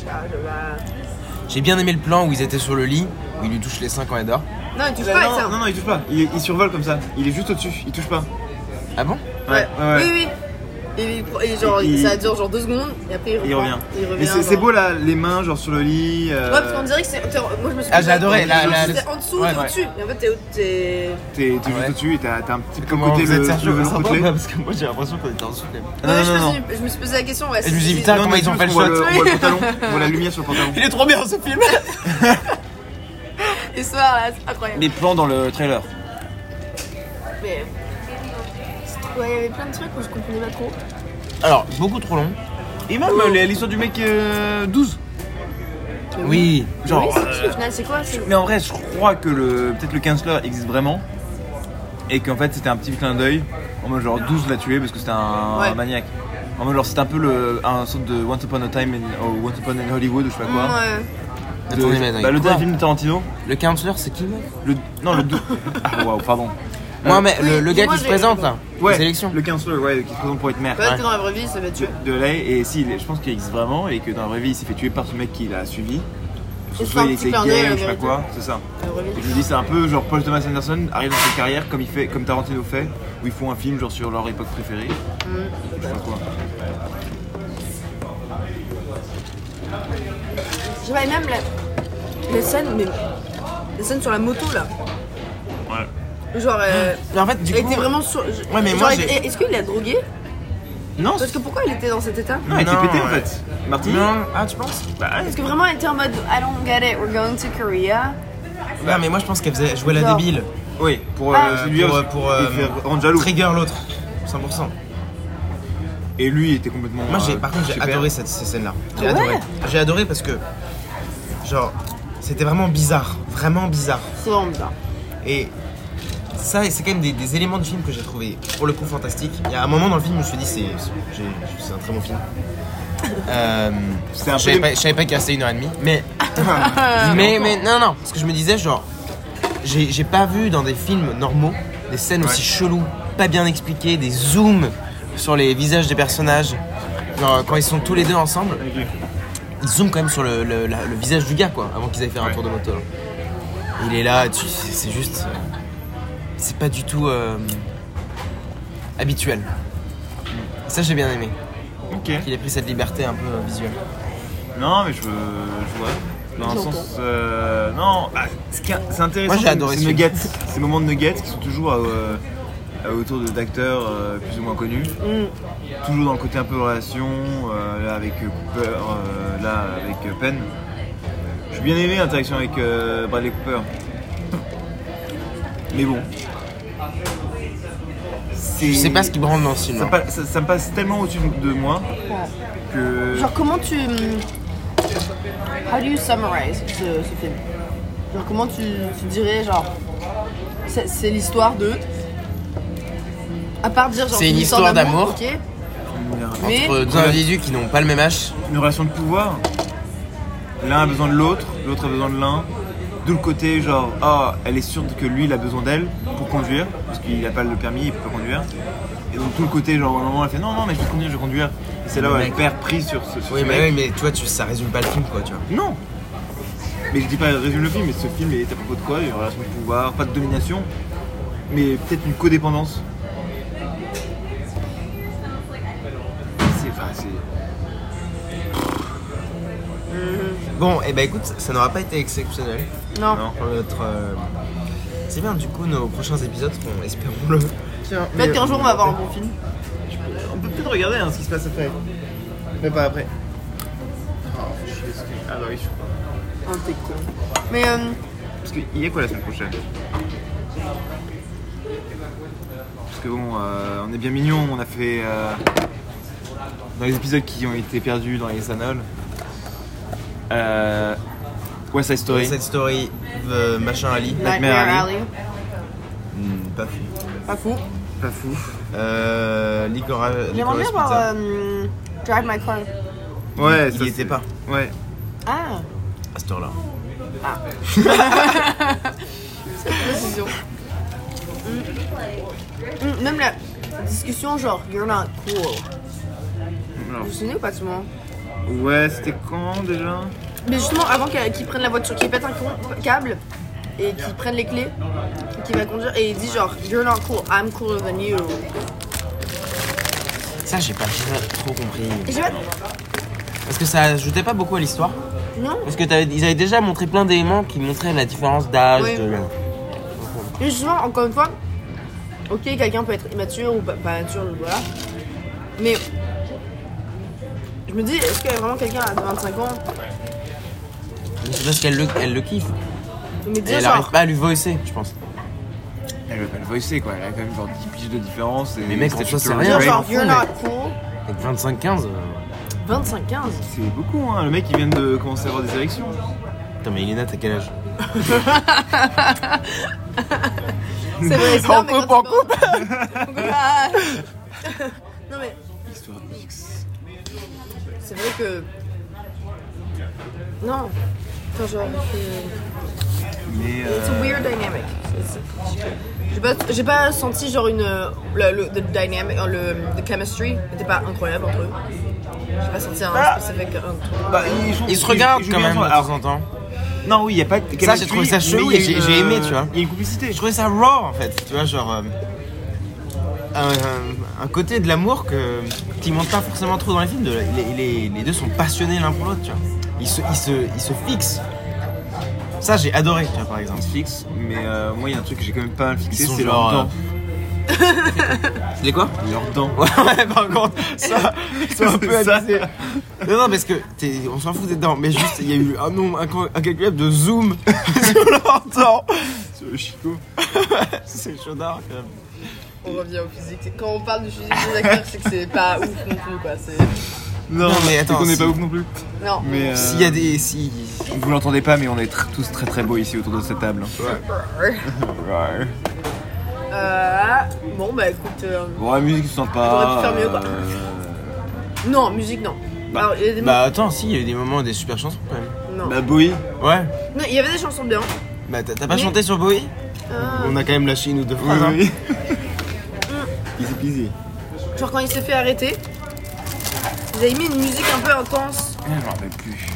Speaker 1: Ah, je vais-
Speaker 4: J'ai bien aimé le plan où ils étaient sur le lit, où il lui touche les seins quand elle dort.
Speaker 1: Non, il touche
Speaker 3: Bah,
Speaker 1: pas
Speaker 3: non,
Speaker 1: avec ça.
Speaker 3: non, non, il touche pas. Il, il survole comme ça. Il est juste au-dessus. Il touche pas.
Speaker 4: Ah bon
Speaker 3: Ouais, ouais, ouais.
Speaker 1: Oui, oui. Et, il pro- et genre,
Speaker 3: Et il-
Speaker 1: ça dure genre deux secondes et après il,
Speaker 3: Il
Speaker 1: reprend.
Speaker 3: revient.
Speaker 1: Il revient
Speaker 3: Mais c'est
Speaker 1: genre.
Speaker 3: c'est beau là, les mains genre sur le lit. euh,
Speaker 1: Ouais, parce qu'on dirait que c'est. t'es en- Moi je me suis
Speaker 4: Ah, j'ai adoré, la- la-
Speaker 1: C'était en dessous,
Speaker 4: Ouais,
Speaker 1: t'es
Speaker 4: ouais.
Speaker 1: au-dessus. Et en fait, t'es au- t'es.
Speaker 3: T'es t'es
Speaker 4: Ah ouais.
Speaker 3: juste au-dessus et t'as t'as un petit peu
Speaker 4: Comment
Speaker 3: côté
Speaker 4: vous êtes
Speaker 3: le,
Speaker 4: sérieux,
Speaker 3: le
Speaker 4: vous
Speaker 3: côté.
Speaker 4: sentez
Speaker 3: Parce que moi j'ai l'impression qu'on était en dessous
Speaker 1: Ouais,
Speaker 3: Non,
Speaker 1: je,
Speaker 3: non,
Speaker 1: me
Speaker 3: non.
Speaker 1: suis- je me suis posé la question. Ouais,
Speaker 4: Et je me suis dit,
Speaker 1: c'est-
Speaker 4: putain,
Speaker 1: c'est-
Speaker 4: comment
Speaker 3: mais
Speaker 4: ils ont
Speaker 3: juste
Speaker 4: fait le
Speaker 3: qu'on voit
Speaker 4: shot
Speaker 3: On voit le pantalon, on voit la lumière sur le pantalon.
Speaker 4: Il est trop bien ce film
Speaker 1: L'histoire là, c'est incroyable.
Speaker 3: Les plans dans le trailer.
Speaker 1: Mais. c'est trop- Ouais, il y avait plein de trucs où je comprenais pas trop.
Speaker 4: Alors, beaucoup trop long.
Speaker 3: Et même euh, l'histoire du mec euh, 12.
Speaker 1: Mais
Speaker 4: Oui.
Speaker 1: Genre.
Speaker 3: Genre.
Speaker 1: c'est qui, au final, c'est quoi c'est-
Speaker 3: Mais en vrai, je crois que le peut-être le Kanzler existe vraiment. Et qu'en fait, c'était un petit clin d'œil. En mode genre 12 l'a tué parce que c'était un,
Speaker 1: Ouais.
Speaker 3: un maniaque. En mode genre, c'était un peu le, un sorte de Once Upon a Time in, oh, Once Upon in Hollywood ou je sais pas quoi.
Speaker 1: Ouais.
Speaker 3: De-
Speaker 4: Attendez, mais attendez,
Speaker 3: bah, le
Speaker 4: quoi
Speaker 3: dernier film de Tarantino.
Speaker 4: Le counselor, c'est qui mec
Speaker 3: Le, non, le 12. ah, waouh, pardon.
Speaker 4: Moi, mais le, le
Speaker 1: Oui,
Speaker 4: gars
Speaker 1: moi,
Speaker 4: qui se
Speaker 1: j'ai-
Speaker 4: présente là,
Speaker 3: Ouais,
Speaker 4: aux élections.
Speaker 3: le Kanzler, ouais, qui se présente pour être maire.
Speaker 1: Peut-être que dans la vraie vie, ça va tuer.
Speaker 3: de lait et si il est- je pense qu'il existe vraiment et que dans la vraie vie il s'est fait tuer par ce mec qui l'a suivi
Speaker 1: Et
Speaker 3: Sauf
Speaker 1: c'est
Speaker 3: que
Speaker 1: un
Speaker 3: il
Speaker 1: petit
Speaker 3: était
Speaker 1: clin d'œil,
Speaker 3: gay
Speaker 1: la
Speaker 3: ou je sais pas
Speaker 1: vérité.
Speaker 3: quoi c'est ça
Speaker 1: Dans la vraie
Speaker 3: et
Speaker 1: vie.
Speaker 3: je me dis c'est un peu genre Paul Thomas Anderson arrive dans sa carrière comme il fait comme Tarantino fait où ils font un film genre sur leur époque préférée je sais pas quoi
Speaker 1: Je vois, et même la, la scène, mais la scène sur la moto là. Ouais. Genre, euh,
Speaker 4: Mais en fait, du
Speaker 1: elle
Speaker 4: coup.
Speaker 1: était vraiment sur. je-
Speaker 4: Ouais, mais
Speaker 1: genre,
Speaker 4: moi,
Speaker 1: elle-
Speaker 4: j'ai-
Speaker 1: est- est-ce qu'il a drogué
Speaker 3: non
Speaker 1: Parce que pourquoi elle était dans cet état
Speaker 3: non, il
Speaker 4: Non,
Speaker 3: était pété en
Speaker 4: ouais.
Speaker 3: fait Marty
Speaker 4: Non, ah, tu penses
Speaker 3: bah, ouais.
Speaker 1: Parce que vraiment, elle était en mode I don't get it, we're going to Korea.
Speaker 4: Non, mais moi je pense qu'elle faisait jouer la
Speaker 1: Genre.
Speaker 4: débile.
Speaker 3: oui pour euh,
Speaker 1: Ah.
Speaker 3: c'est lui
Speaker 4: Pour,
Speaker 3: parce-
Speaker 4: euh, pour, euh,
Speaker 3: il fait rendre jaloux
Speaker 4: Trigger l'autre, 100%.
Speaker 3: et lui il était complètement
Speaker 4: Moi, j'ai,
Speaker 3: euh,
Speaker 4: par contre, j'ai
Speaker 3: super.
Speaker 4: adoré cette, ces scènes-là. J'ai
Speaker 1: Ah ouais
Speaker 4: adoré. J'ai adoré parce que, genre, c'était vraiment bizarre, vraiment bizarre.
Speaker 1: C'est vraiment bizarre.
Speaker 4: Et ça, c'est quand même des, des éléments du film que j'ai trouvé pour le coup fantastique. Il y a un moment dans le film où je me suis dit, c'est, c'est- j'ai- c'est un très bon film. Euh,
Speaker 3: C'était un
Speaker 4: je
Speaker 3: peu
Speaker 4: savais
Speaker 3: les-
Speaker 4: pas, je savais pas qu'il restait une heure et demie, mais mais mais non non, parce que je me disais genre, j'ai, j'ai pas vu dans des films normaux des scènes aussi cheloues, pas bien expliquées, des zooms sur les visages des personnages, genre quand ils sont tous les deux ensemble, ils zooment quand même sur le, le- la- le visage du gars quoi, avant qu'ils aillent faire un tour de moto. là. Il est là, tu- c'est c'est juste, euh, c'est pas du tout euh, habituel. Ça j'ai bien aimé,
Speaker 3: ok
Speaker 4: qu'il ait pris cette liberté un peu euh, visuelle.
Speaker 3: Non, mais je, je vois. Dans un sens. euh, non, bah, ce qui est- c'est intéressant.
Speaker 4: Moi, j'ai
Speaker 3: c'est-
Speaker 4: adoré
Speaker 3: ces
Speaker 4: ce film.
Speaker 3: nuggets, ces moments de nuggets qui sont toujours euh, euh, autour de- d'acteurs euh, plus ou moins connus. Toujours dans le côté un peu relation, euh, là avec Cooper, euh, là avec euh, Penn. J'ai bien aimé l'interaction avec euh, Bradley Cooper. Mais bon.
Speaker 4: Je sais pas ce qui me rend dans ce film.
Speaker 3: Ça,
Speaker 4: hein.
Speaker 3: pa- ça- ça me passe tellement au-dessus de moi que.
Speaker 1: Genre, comment tu. hum, How do you summarize ce, ce film Genre, comment tu, tu dirais, genre. C'est c'est l'histoire de. À part dire, genre.
Speaker 4: C'est une histoire d'amour.
Speaker 1: ok, mais-
Speaker 4: Entre deux individus qui n'ont pas le même âge.
Speaker 3: une relation de pouvoir. L'un a besoin de l'autre, l'autre a besoin de l'un. D'où le côté genre, ah, elle est sûre que lui, il a besoin d'elle pour conduire, parce qu'il n'a pas le permis, il peut pas conduire. Et donc tout le côté genre, au moment, elle fait non, non, mais je vais conduire, je vais conduire. Et c'est là où
Speaker 4: Le
Speaker 3: elle
Speaker 4: mec.
Speaker 3: perd prise sur ce, sur
Speaker 4: Oui, bah
Speaker 3: ce
Speaker 4: mais,
Speaker 3: mec.
Speaker 4: oui, mais tu vois, tu, ça résume pas le film, quoi, tu vois.
Speaker 3: Non Mais je dis pas résume le film, mais ce film il est à propos de quoi Une relation de pouvoir, pas de domination, mais peut-être une codépendance. C'est. Enfin, c'est.
Speaker 4: Bon, et bah écoute, ça n'aura pas été exceptionnel
Speaker 1: Non.
Speaker 3: Non.
Speaker 4: pour notre. euh, C'est bien, du coup, nos prochains épisodes seront, espérons-le.
Speaker 1: Peut-être qu'un jour, on va avoir un bon film.
Speaker 3: On peut peut-être regarder hein, ce qui se passe après.
Speaker 5: Mais pas après.
Speaker 3: que- Ah bah oui, je crois.
Speaker 1: Un t'es con. Mais euh,
Speaker 3: Parce qu'il y a quoi la semaine prochaine Parce que bon, euh, on est bien mignons, on a fait. euh, dans les épisodes qui ont été perdus dans les annales. Euh, West Side Story.
Speaker 4: Cette story, The Machin Ali.
Speaker 1: Nightmare
Speaker 3: Alley.
Speaker 1: Alley,
Speaker 4: Hmm, pas fou.
Speaker 1: pas fou.
Speaker 3: Pas fou.
Speaker 4: Euh, Licora,
Speaker 1: J'aimerais bien voir euh, Drive My Car.
Speaker 3: Ouais,
Speaker 4: Il
Speaker 3: ça,
Speaker 4: y était
Speaker 3: c'est-
Speaker 4: pas
Speaker 3: Ouais.
Speaker 1: Ah,
Speaker 4: à cette heure-là.
Speaker 1: précision. Mm. Mm, Même la discussion genre You're not cool.
Speaker 3: Alors,
Speaker 1: Vous vous souvenez ou pas de ce moment
Speaker 3: ouais, c'était quand déjà
Speaker 1: Mais justement, avant qu'elle- qu'ils prennent la voiture, qu'ils pètent un con- câble et qu'ils prennent les clés, qu'il va conduire et il dit genre You're not cool, I'm cooler than you.
Speaker 4: Ça, j'ai pas j'ai pas trop compris.
Speaker 1: Et j'ai pas.
Speaker 4: Parce que ça ajoutait pas beaucoup à l'histoire.
Speaker 1: Non,
Speaker 4: Parce que t'avais- ils avaient déjà montré plein d'éléments qui montraient la différence d'âge.
Speaker 1: Oui.
Speaker 4: de-
Speaker 1: mais justement, encore une fois, ok, quelqu'un peut être immature ou pas, pas mature, donc voilà. Mais je me dis, est-ce qu'il y a vraiment quelqu'un à 25 ans
Speaker 4: Mais C'est parce qu'elle le, elle le kiffe.
Speaker 1: Mais
Speaker 4: Et
Speaker 1: déjà,
Speaker 4: elle arrive
Speaker 1: genre,
Speaker 4: pas à lui voicer, je pense.
Speaker 3: Elle veut pas le voicer quoi, elle a quand même genre 10 piges de différence. Et
Speaker 4: Mais mec, en
Speaker 3: c'était
Speaker 4: soi, c'est
Speaker 3: plutôt
Speaker 4: rien.
Speaker 1: dire
Speaker 3: le
Speaker 1: genre
Speaker 4: Ouais,
Speaker 1: You're
Speaker 4: mais-
Speaker 1: not cool,
Speaker 4: Avec 25-15. euh,
Speaker 1: 25-15.
Speaker 3: C'est beaucoup hein, le mec il vient de commencer à avoir des érections.
Speaker 4: Putain, mais Elena, t'as quel âge
Speaker 1: C'est vrai, c'est bien,
Speaker 4: On
Speaker 1: mais
Speaker 4: coupe,
Speaker 1: quand
Speaker 4: on
Speaker 1: tu penses- Ah. Non mais. C'est vrai que. Non. Enfin, genre. je-
Speaker 3: Mais
Speaker 1: It's a
Speaker 3: euh,
Speaker 1: weird dynamic. J'ai pas, j'ai pas senti genre une. euh, Le, le the dynamic, euh, le the chemistry n'était pas incroyable entre eux. J'ai pas senti un spécifique. Un,
Speaker 3: bah, ils, sont-
Speaker 4: Ils se
Speaker 3: ils-
Speaker 4: regardent
Speaker 3: ils jouent
Speaker 4: quand
Speaker 3: bien
Speaker 4: même de
Speaker 3: ensemble.
Speaker 4: temps en temps.
Speaker 3: Non, oui, il n'y a pas de
Speaker 4: Ça, j'ai trouvé ça chelou et j'ai- j'ai aimé, tu vois.
Speaker 3: Il y a une complicité.
Speaker 4: Je trouvais ça raw en fait, tu vois, genre. euh, un, un- un côté de l'amour que qui monte pas forcément trop dans les films. de- les, les- les deux sont passionnés l'un pour l'autre, tu vois. Ils se, ils, se, ils se fixent. Ça, j'ai adoré, tu vois, par exemple.
Speaker 3: On se fixe, mais euh, moi, il y a un truc que j'ai quand même pas mal fixé,
Speaker 4: Ils sont
Speaker 3: c'est
Speaker 4: genre, euh,
Speaker 3: leur dent.
Speaker 4: Les quoi
Speaker 3: Leur dent.
Speaker 4: Ouais, par contre, ça, c'est un peu
Speaker 3: C'est ça.
Speaker 4: abusé. Non, non, parce que t'es- on s'en fout des dents, mais juste, il y a eu un nombre inco- incalculable de zoom sur leur dents.
Speaker 3: C'est le Chico.
Speaker 4: C'est chaudard, quand même.
Speaker 1: on revient au physique. Quand on parle du physique des acteurs, c'est que c'est pas ouf non plus quoi. C'est.
Speaker 3: Non,
Speaker 4: mais
Speaker 3: c'est
Speaker 4: attends,
Speaker 3: qu'on n'est
Speaker 4: si-
Speaker 3: pas ouf non plus.
Speaker 1: Non.
Speaker 3: Mais euh,
Speaker 4: S'il y a des. Si...
Speaker 3: Vous l'entendez pas, mais on est tr- tous très très beaux ici autour de cette table. hein. Ouais.
Speaker 1: Euh, bon bah écoute. euh,
Speaker 3: Bon, la musique sympa.
Speaker 1: T'aurais pu faire mieux, quoi.
Speaker 3: euh,
Speaker 1: Non, musique non.
Speaker 3: Bah,
Speaker 1: Alors, il y a des
Speaker 4: Bah attends, si, il y a eu des moments, des super chansons quand même.
Speaker 1: Non.
Speaker 3: Bah, Bowie.
Speaker 4: Ouais.
Speaker 1: Non, il y avait des chansons bien.
Speaker 4: Bah t'as t'as pas chanté sur Bowie
Speaker 1: Euh,
Speaker 4: On a quand même lâché une ou deux phrases. hein.
Speaker 3: Oui, oui. Ah, Easy peasy.
Speaker 1: genre quand il s'est fait arrêter, ils avaient mis une musique un peu intense.
Speaker 3: Ah, Je m'en rappelle plus.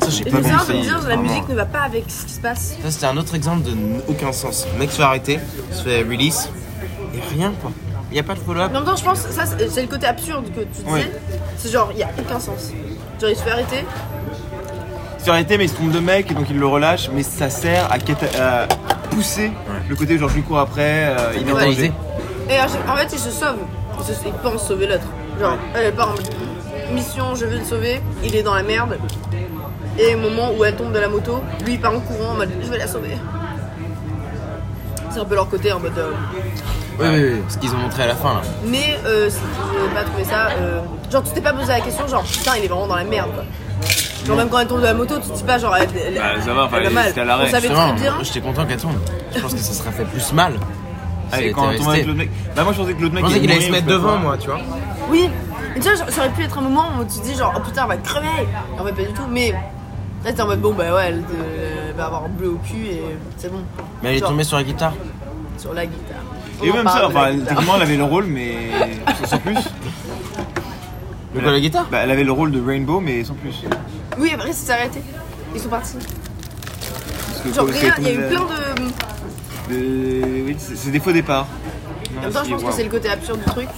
Speaker 4: Ça, j'ai
Speaker 1: Et
Speaker 4: pas
Speaker 1: comme ça, on
Speaker 4: compris.
Speaker 1: peut me dire la
Speaker 4: vraiment.
Speaker 1: musique ne va pas avec ce qui se passe.
Speaker 4: Ça, c'était un autre exemple de n- aucun sens. Le mec se fait arrêter, se fait release, et rien quoi. Y a pas de follow-up.
Speaker 1: Mais en même temps, je pense ça c'est c'est le côté absurde que tu disais.
Speaker 3: Oui.
Speaker 1: C'est genre il y a aucun sens. Genre il se fait arrêter.
Speaker 3: Il se fait arrêter, mais il se trompe de mec, et donc il le relâche, mais ça sert à, cata- à pousser le côté genre je lui cours après, euh, il est en
Speaker 4: Mentalisé.
Speaker 3: danger.
Speaker 1: Et en en fait, il se sauve. Il, se- il pense sauver l'autre. Genre elle, elle part en mode, mission, je veux le sauver. Il est dans la merde. Et au moment où elle tombe de la moto, lui il part en courant en mode je vais la sauver. C'est un peu leur côté en mode. euh,
Speaker 4: Oui, oui, oui. Ce qu'ils ont montré à la fin là.
Speaker 1: Mais euh, si tu n'avais pas trouvé ça, euh, genre tu t'es pas posé la question, genre putain il est vraiment dans la merde quoi. Genre même quand elle tombe de la moto, tu te dis pas genre elle, elle-
Speaker 3: Bah, ça va, enfin,
Speaker 1: elle a
Speaker 3: elle-
Speaker 1: mal.
Speaker 3: c'était à l'arrêt,
Speaker 1: On savait très
Speaker 4: Justement,
Speaker 1: bien.
Speaker 4: j'étais content qu'elle tombe. Je pense que ça serait fait plus mal. si elle
Speaker 3: Allez,
Speaker 4: était
Speaker 3: quand on tombe
Speaker 4: restée.
Speaker 3: avec l'autre mec. Bah, moi je pensais que l'autre
Speaker 4: Je
Speaker 3: mec.
Speaker 4: pensais qu'il allait se
Speaker 3: mourir,
Speaker 4: mettre
Speaker 3: je sais
Speaker 4: devant
Speaker 3: pas.
Speaker 4: moi, tu vois.
Speaker 1: Oui, mais tu vois, ça- ça aurait pu être un moment où tu te dis genre oh putain elle va crever. En fait pas du tout, mais là t'es en mode bon bah ouais elle, euh, elle va avoir un bleu au cul et c'est bon.
Speaker 4: Mais elle est
Speaker 1: Genre,
Speaker 4: tombée sur la guitare.
Speaker 1: sur la guitare.
Speaker 3: Et
Speaker 1: On en
Speaker 3: même
Speaker 1: parle
Speaker 3: ça,
Speaker 1: de la
Speaker 3: enfin,
Speaker 1: guitare.
Speaker 3: techniquement elle avait le rôle, mais sans plus.
Speaker 4: Le quoi, la guitare
Speaker 3: Bah, elle avait le rôle de Rainbow, mais sans plus.
Speaker 1: Oui après c'est arrêté. Ils sont partis.
Speaker 3: Parce que
Speaker 1: Genre
Speaker 3: quand
Speaker 1: rien,
Speaker 3: c'est
Speaker 1: il y a eu
Speaker 3: tombé-
Speaker 1: plein de.
Speaker 3: de- Oui, c'est c'est des faux départs.
Speaker 1: En même temps je pense que
Speaker 3: Wow.
Speaker 1: c'est le côté absurde du truc.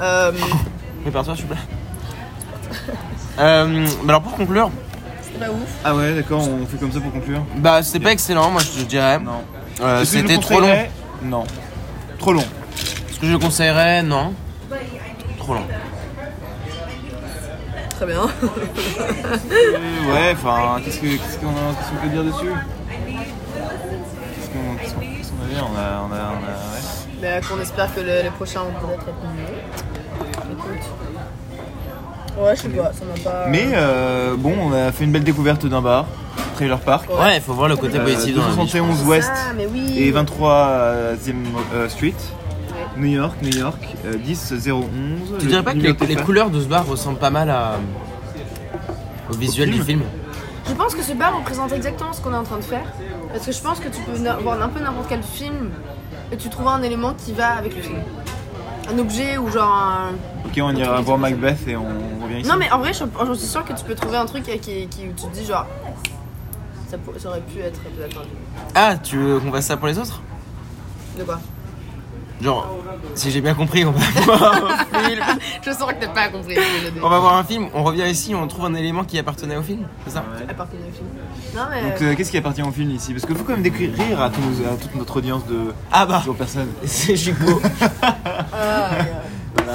Speaker 1: Euh,
Speaker 4: Prépare-toi, s'il te plaît. Euh, bah alors pour conclure,
Speaker 1: c'est pas ouf.
Speaker 3: Ah ouais, d'accord, on fait comme ça pour conclure
Speaker 4: bah c'était pas excellent, moi je te dirais.
Speaker 3: Non.
Speaker 4: Euh,
Speaker 3: Est-ce que je le
Speaker 4: c'était trop long.
Speaker 3: conseillerais Non. Trop long.
Speaker 4: Est-ce que je le conseillerais Non. Trop long.
Speaker 1: très bien.
Speaker 3: Euh, Ouais, enfin, qu'est-ce que- qu'est-ce qu'on qu'est-ce qu'on peut dire dessus Qu'est-ce qu'on qu'est-ce qu'on- qu'est-ce qu'on a dit On a. On a, on a ouais.
Speaker 1: Mais euh, qu'on espère que le- les prochains vont peut-être être mieux. Écoute. Ouais, je sais pas, ça m'a pas.
Speaker 3: Mais euh, bon, on a fait une belle découverte d'un bar, Trailer Park.
Speaker 4: Ouais, faut voir le côté
Speaker 3: Euh,
Speaker 4: positif dans la vie. je
Speaker 3: 271
Speaker 4: pense.
Speaker 3: Ouest
Speaker 1: Ah, mais oui.
Speaker 3: euh, et 23ème Street, New York, New York, euh, 10-011.
Speaker 4: Tu dirais pas que les, les couleurs de ce bar ressemblent pas mal à... au visuel
Speaker 3: film
Speaker 4: du film
Speaker 1: Je pense que ce bar représente exactement ce qu'on est en train de faire. Parce que je pense que tu peux na- voir un peu n'importe quel film et tu trouves un élément qui va avec le film. Un objet ou genre un.
Speaker 3: Ok, on ira voir Macbeth et on revient ici.
Speaker 1: Non, mais en vrai, je- j'en suis sûre que tu peux trouver un truc qui, qui- où tu te dis genre. Ça, pour- ça aurait pu être peut-être un-
Speaker 4: Ah, tu veux qu'on fasse ça pour les autres
Speaker 1: De quoi
Speaker 4: Genre, si j'ai bien compris, on va voir un film.
Speaker 1: Je sens que t'as pas compris. désolée.
Speaker 4: On va voir un film, on revient ici, on trouve un élément qui appartenait au film, c'est ça
Speaker 3: Ouais.
Speaker 1: À part que le film. Non, mais.
Speaker 3: Donc, euh, qu'est-ce qui appartient au film ici Parce qu'il faut quand même décrire à, tous- à toute notre audience de
Speaker 4: Ah bah,
Speaker 3: 0 personnes.
Speaker 4: c'est Chico.
Speaker 1: Ah, ouais, ouais.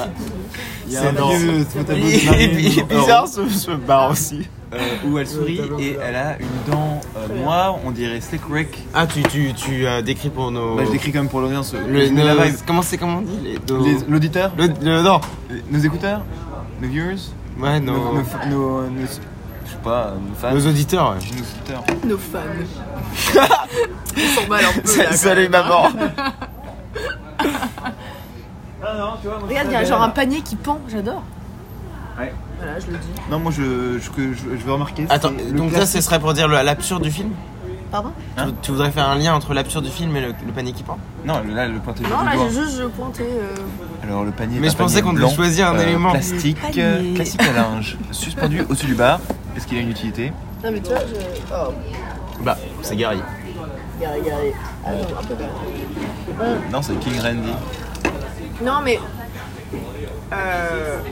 Speaker 3: Il y a
Speaker 4: C'est
Speaker 3: un
Speaker 4: dans-
Speaker 3: vieux tableau
Speaker 4: Il
Speaker 3: de
Speaker 4: est
Speaker 3: Marine
Speaker 4: bi-
Speaker 3: Monroe.
Speaker 4: bizarre ce, ce bar aussi.
Speaker 3: Euh, où elle sourit et elle a une dent euh, noire, on dirait Slick Rick.
Speaker 4: Ah, tu, tu, tu euh, décris pour nos.
Speaker 3: Bah, je décris quand même pour l'audience. euh,
Speaker 4: Le,
Speaker 3: la
Speaker 4: nos-
Speaker 3: vibe.
Speaker 4: Comment c'est comment on dit les, nos-
Speaker 3: Les- L'auditeur
Speaker 4: le, le- Non
Speaker 3: les- Nos écouteurs Nos viewers
Speaker 4: Ouais,
Speaker 3: Nos.
Speaker 4: nos,
Speaker 3: nos f- nos- nos- je sais pas, euh, nos fans
Speaker 4: nos auditeurs. ouais.
Speaker 3: Nos auditeurs.
Speaker 1: Nos fans. Ils sont mal un peu. là, quand
Speaker 4: Salut
Speaker 1: même, hein.
Speaker 4: maman
Speaker 1: Regarde, il y a genre un panier qui pend, j'adore.
Speaker 3: Ouais.
Speaker 1: Voilà, je le dis.
Speaker 3: Non, moi je, je, que je, je veux remarquer. c'est
Speaker 4: Attends,
Speaker 3: le
Speaker 4: donc ça,
Speaker 3: classique-
Speaker 4: ce serait pour dire le- l'absurde du film
Speaker 1: Pardon
Speaker 4: Tu-
Speaker 3: Hein
Speaker 4: tu, voudrais faire un lien entre l'absurde du film et le, le panier qui pend
Speaker 3: Non, le- là, le pointé du
Speaker 1: Non, là,
Speaker 3: doigt.
Speaker 1: j'ai juste pointé. euh,
Speaker 3: Alors, le panier. est
Speaker 4: Mais
Speaker 3: un
Speaker 4: je pensais
Speaker 3: panier
Speaker 4: qu'on devait
Speaker 3: blanc,
Speaker 4: choisir un
Speaker 3: euh,
Speaker 4: élément.
Speaker 3: Plastique,
Speaker 1: Le
Speaker 3: euh,
Speaker 1: panier.
Speaker 3: classique à linge, suspendu au-dessus du bar. Est-ce qu'il a une utilité
Speaker 1: Non, mais tu vois, je. Oh,
Speaker 4: Bah, c'est Gary.
Speaker 1: gare, gare. Ah, non, un peu gare.
Speaker 3: Non, c'est King Randy.
Speaker 1: Euh, Non, mais. Euh. Ouais, putain.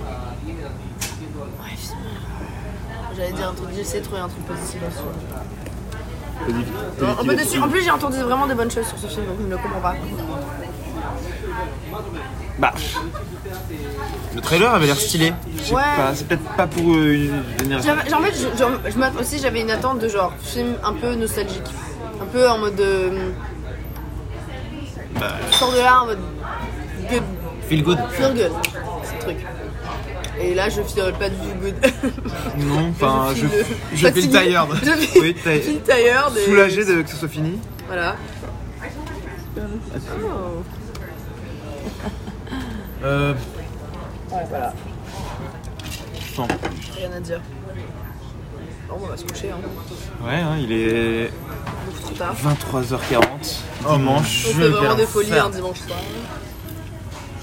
Speaker 1: J'allais dire un truc, j'essaie de trouver un truc positif en soi. Un peu dessus. En plus, j'ai entendu vraiment des bonnes choses sur ce film, donc je ne le comprends pas.
Speaker 3: Bah,
Speaker 4: Le trailer avait l'air stylé.
Speaker 3: je sais
Speaker 1: Ouais.
Speaker 3: pas, c'est peut-être pas pour euh, une génération.
Speaker 1: J'avais- genre, en fait, je, je- je m'att- aussi j'avais une attente de genre film un peu nostalgique. Un peu en mode. euh, je sors de là en mode. Good.
Speaker 4: Bah, Feel good.
Speaker 1: Feel good. Ce truc. Et là, je feel pas du tout good.
Speaker 3: Non, enfin, je.
Speaker 1: feel-
Speaker 4: je feel
Speaker 1: fatiguée.
Speaker 4: tired.
Speaker 1: Je feel,
Speaker 3: Oui, tired.
Speaker 1: feel tired et-
Speaker 3: Soulagé de que ce soit fini.
Speaker 1: Voilà. Oh.
Speaker 4: Euh,
Speaker 3: Attends.
Speaker 1: Rien à dire. Bon, on va se coucher, hein.
Speaker 3: Ouais, hein, il est
Speaker 1: Beaucoup trop tard.
Speaker 3: 23h40.
Speaker 4: Oh,
Speaker 3: dimanche.
Speaker 1: On
Speaker 4: Je
Speaker 1: fait
Speaker 4: vais
Speaker 1: vraiment
Speaker 4: bien
Speaker 1: des folies hein.
Speaker 4: faire.
Speaker 1: un dimanche soir.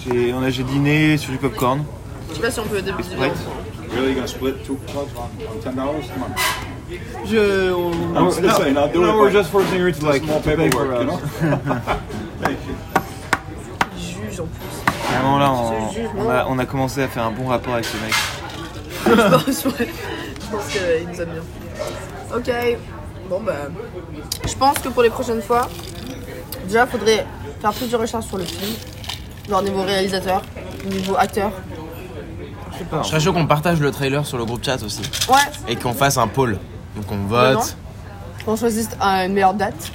Speaker 3: J'ai, on a, j'ai dîné sur du popcorn.
Speaker 1: Je sais pas si on peut débuter
Speaker 3: Ouais.
Speaker 1: ensemble.
Speaker 2: Really gonna split two clubs on, on ten dollars? Come on.
Speaker 1: Je. on-
Speaker 2: I'm just saying, I'll do it,
Speaker 3: we're
Speaker 2: but-
Speaker 3: just forcing you to like
Speaker 2: more
Speaker 3: to pay for
Speaker 2: paperwork, you
Speaker 3: us.
Speaker 2: know? Thank you.
Speaker 1: juge en plus.
Speaker 3: Vraiment là, on,
Speaker 1: Je juge,
Speaker 3: on a, on a commencé à faire un bon rapport avec ce mec.
Speaker 1: je pense, ouais. Je pense qu'il nous aime bien. Ok, bon bah. Je pense que pour les prochaines fois, déjà faudrait faire plus de recherches sur le film. Genre niveau réalisateur, niveau acteur.
Speaker 3: Je sais pas.
Speaker 4: Je serais chaud qu'on partage le trailer sur le groupe chat aussi.
Speaker 1: Ouais,
Speaker 4: Et qu'on fasse un poll. Donc on
Speaker 1: Non.
Speaker 4: vote.
Speaker 1: qu'on choisisse euh, une meilleure date,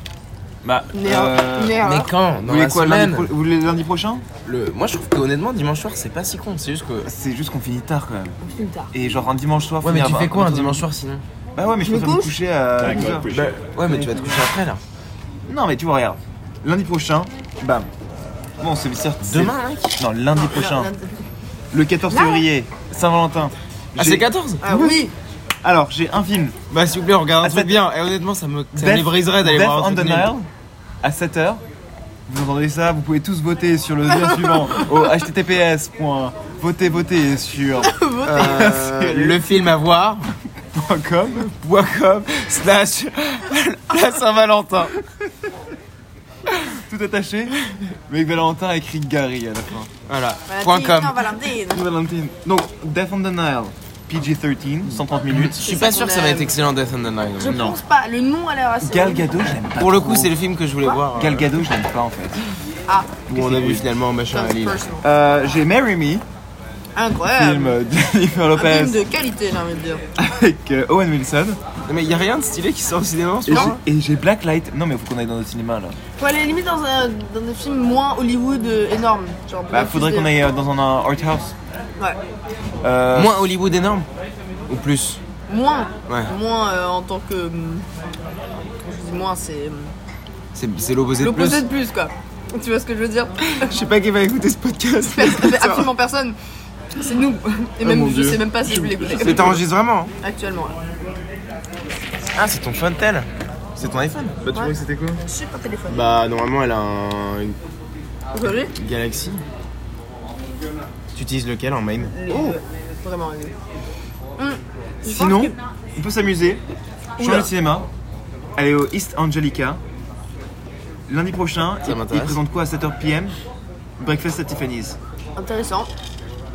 Speaker 3: Bah,
Speaker 1: une meilleure,
Speaker 3: euh,
Speaker 1: une meilleure
Speaker 4: Mais
Speaker 1: heure.
Speaker 4: quand
Speaker 3: vous
Speaker 4: Dans
Speaker 3: voulez
Speaker 4: la
Speaker 3: quoi
Speaker 4: semaine
Speaker 3: lundi, pro- vous voulez lundi prochain
Speaker 4: le... Moi je trouve que honnêtement dimanche soir c'est pas si con. C'est juste que.
Speaker 3: C'est juste qu'on finit tard quand même.
Speaker 1: plus tard.
Speaker 3: Et genre un dimanche soir.
Speaker 4: Ouais mais
Speaker 3: finir
Speaker 4: tu
Speaker 3: à
Speaker 4: fais quoi un
Speaker 3: 23h.
Speaker 4: dimanche soir sinon
Speaker 3: Bah ouais, mais je
Speaker 1: Je me
Speaker 3: préfère me
Speaker 1: couche
Speaker 3: coucher à.
Speaker 2: Thank you, I
Speaker 3: 10 heures. Bah,
Speaker 2: appreciate it.
Speaker 4: Ouais mais tu vas te coucher après là.
Speaker 3: Non, mais tu vois, regarde. Lundi prochain, bam. Bon, c'est certes. c'est-
Speaker 4: Demain hein. mec
Speaker 3: Non, lundi prochain. Le 14 février, Saint-Valentin.
Speaker 4: Ah
Speaker 3: J'ai-
Speaker 4: c'est 14
Speaker 1: Ah oui,
Speaker 3: Alors, j'ai un film.
Speaker 4: Bah s'il vous plaît on regarde un
Speaker 3: Ah,
Speaker 4: truc
Speaker 3: ça-
Speaker 4: bien. Et honnêtement ça me ça
Speaker 3: Death-
Speaker 4: me briserait d'aller
Speaker 3: Death
Speaker 4: voir un
Speaker 3: on the
Speaker 4: truc nul.
Speaker 3: Nile à 7h. Vous entendez ça, vous pouvez tous voter sur le lien suivant au https. point Votez, votez sur
Speaker 4: Euh, le film à voir.
Speaker 3: .com.
Speaker 4: Point com slash la Saint-Valentin.
Speaker 3: Tout attaché. Mais Valentin a écrit Gary à la fin.
Speaker 4: Voilà. Point
Speaker 1: Valentine,
Speaker 4: com.
Speaker 1: non, Valentine.
Speaker 3: Valentine. Donc, Death on the Nile, PG-13, 130 minutes.
Speaker 4: Je suis pas
Speaker 1: ça
Speaker 4: sûr
Speaker 1: qu'on
Speaker 4: que ça va
Speaker 1: aime.
Speaker 4: être excellent Death on the Nile.
Speaker 1: Je pense pas, le nom a l'air assez.
Speaker 3: Gal Gadot, j'aime pas.
Speaker 4: Pour le coup
Speaker 3: trop.
Speaker 4: c'est le film que je voulais voir. euh,
Speaker 3: Gal Gadot, je l'aime pas en fait.
Speaker 1: Ah,
Speaker 4: Où on a vu finalement machin à Lille.
Speaker 1: personal.
Speaker 3: Euh, j'ai Marry Me,
Speaker 1: Incroyable.
Speaker 3: film euh, de
Speaker 4: Ah.
Speaker 3: Jennifer
Speaker 1: Un
Speaker 3: Lopez
Speaker 1: film de qualité, j'ai envie de dire.
Speaker 3: avec euh, Owen Wilson.
Speaker 4: Non, mais y a rien de stylé qui sort au cinéma en ce
Speaker 3: Et
Speaker 4: moment
Speaker 3: j'ai- Et j'ai Blacklight. Non, mais faut qu'on aille dans notre cinéma là.
Speaker 1: Faut aller limite dans un, dans un film moins Hollywood euh, énorme. Genre,
Speaker 3: Bah, faudrait qu'on aille
Speaker 1: ait
Speaker 3: euh, dans un, un art house.
Speaker 1: Ouais.
Speaker 3: Euh,
Speaker 4: Moins Hollywood énorme Ou plus
Speaker 1: Moins.
Speaker 4: Ouais.
Speaker 1: Moins euh, en tant que. hum, Quand je dis moins, c'est hum,
Speaker 4: C'est c'est l'opposé de plus.
Speaker 1: l'opposé de plus, quoi. Tu vois ce que je veux dire
Speaker 4: Je sais pas qui va écouter ce podcast. mais
Speaker 1: Personne- Absolument personne. C'est nous. Et même,
Speaker 4: Oh mon
Speaker 1: je
Speaker 4: Dieu.
Speaker 1: sais même pas si je vais l'écouter.
Speaker 4: C'est t'enregistres vraiment
Speaker 1: Actuellement. là.
Speaker 4: Ah, c'est ton Funtel C'est ton iPhone Bah, tu
Speaker 1: Ouais.
Speaker 4: que c'était quoi
Speaker 1: Je sais pas téléphone.
Speaker 4: Bah, normalement, elle a un- une
Speaker 1: Aujourd'hui,
Speaker 4: Galaxy. Tu utilises lequel en main
Speaker 1: les- vraiment. les- Hum, je pense
Speaker 3: Sinon,
Speaker 1: que-
Speaker 3: on peut s'amuser. Changer
Speaker 1: Oula.
Speaker 3: de cinéma. Aller au East Angelica. Lundi prochain,
Speaker 4: Ça
Speaker 3: il, il
Speaker 4: m'intéresse.
Speaker 3: présente quoi à 7h PM Breakfast at Tiffany's.
Speaker 1: Intéressant.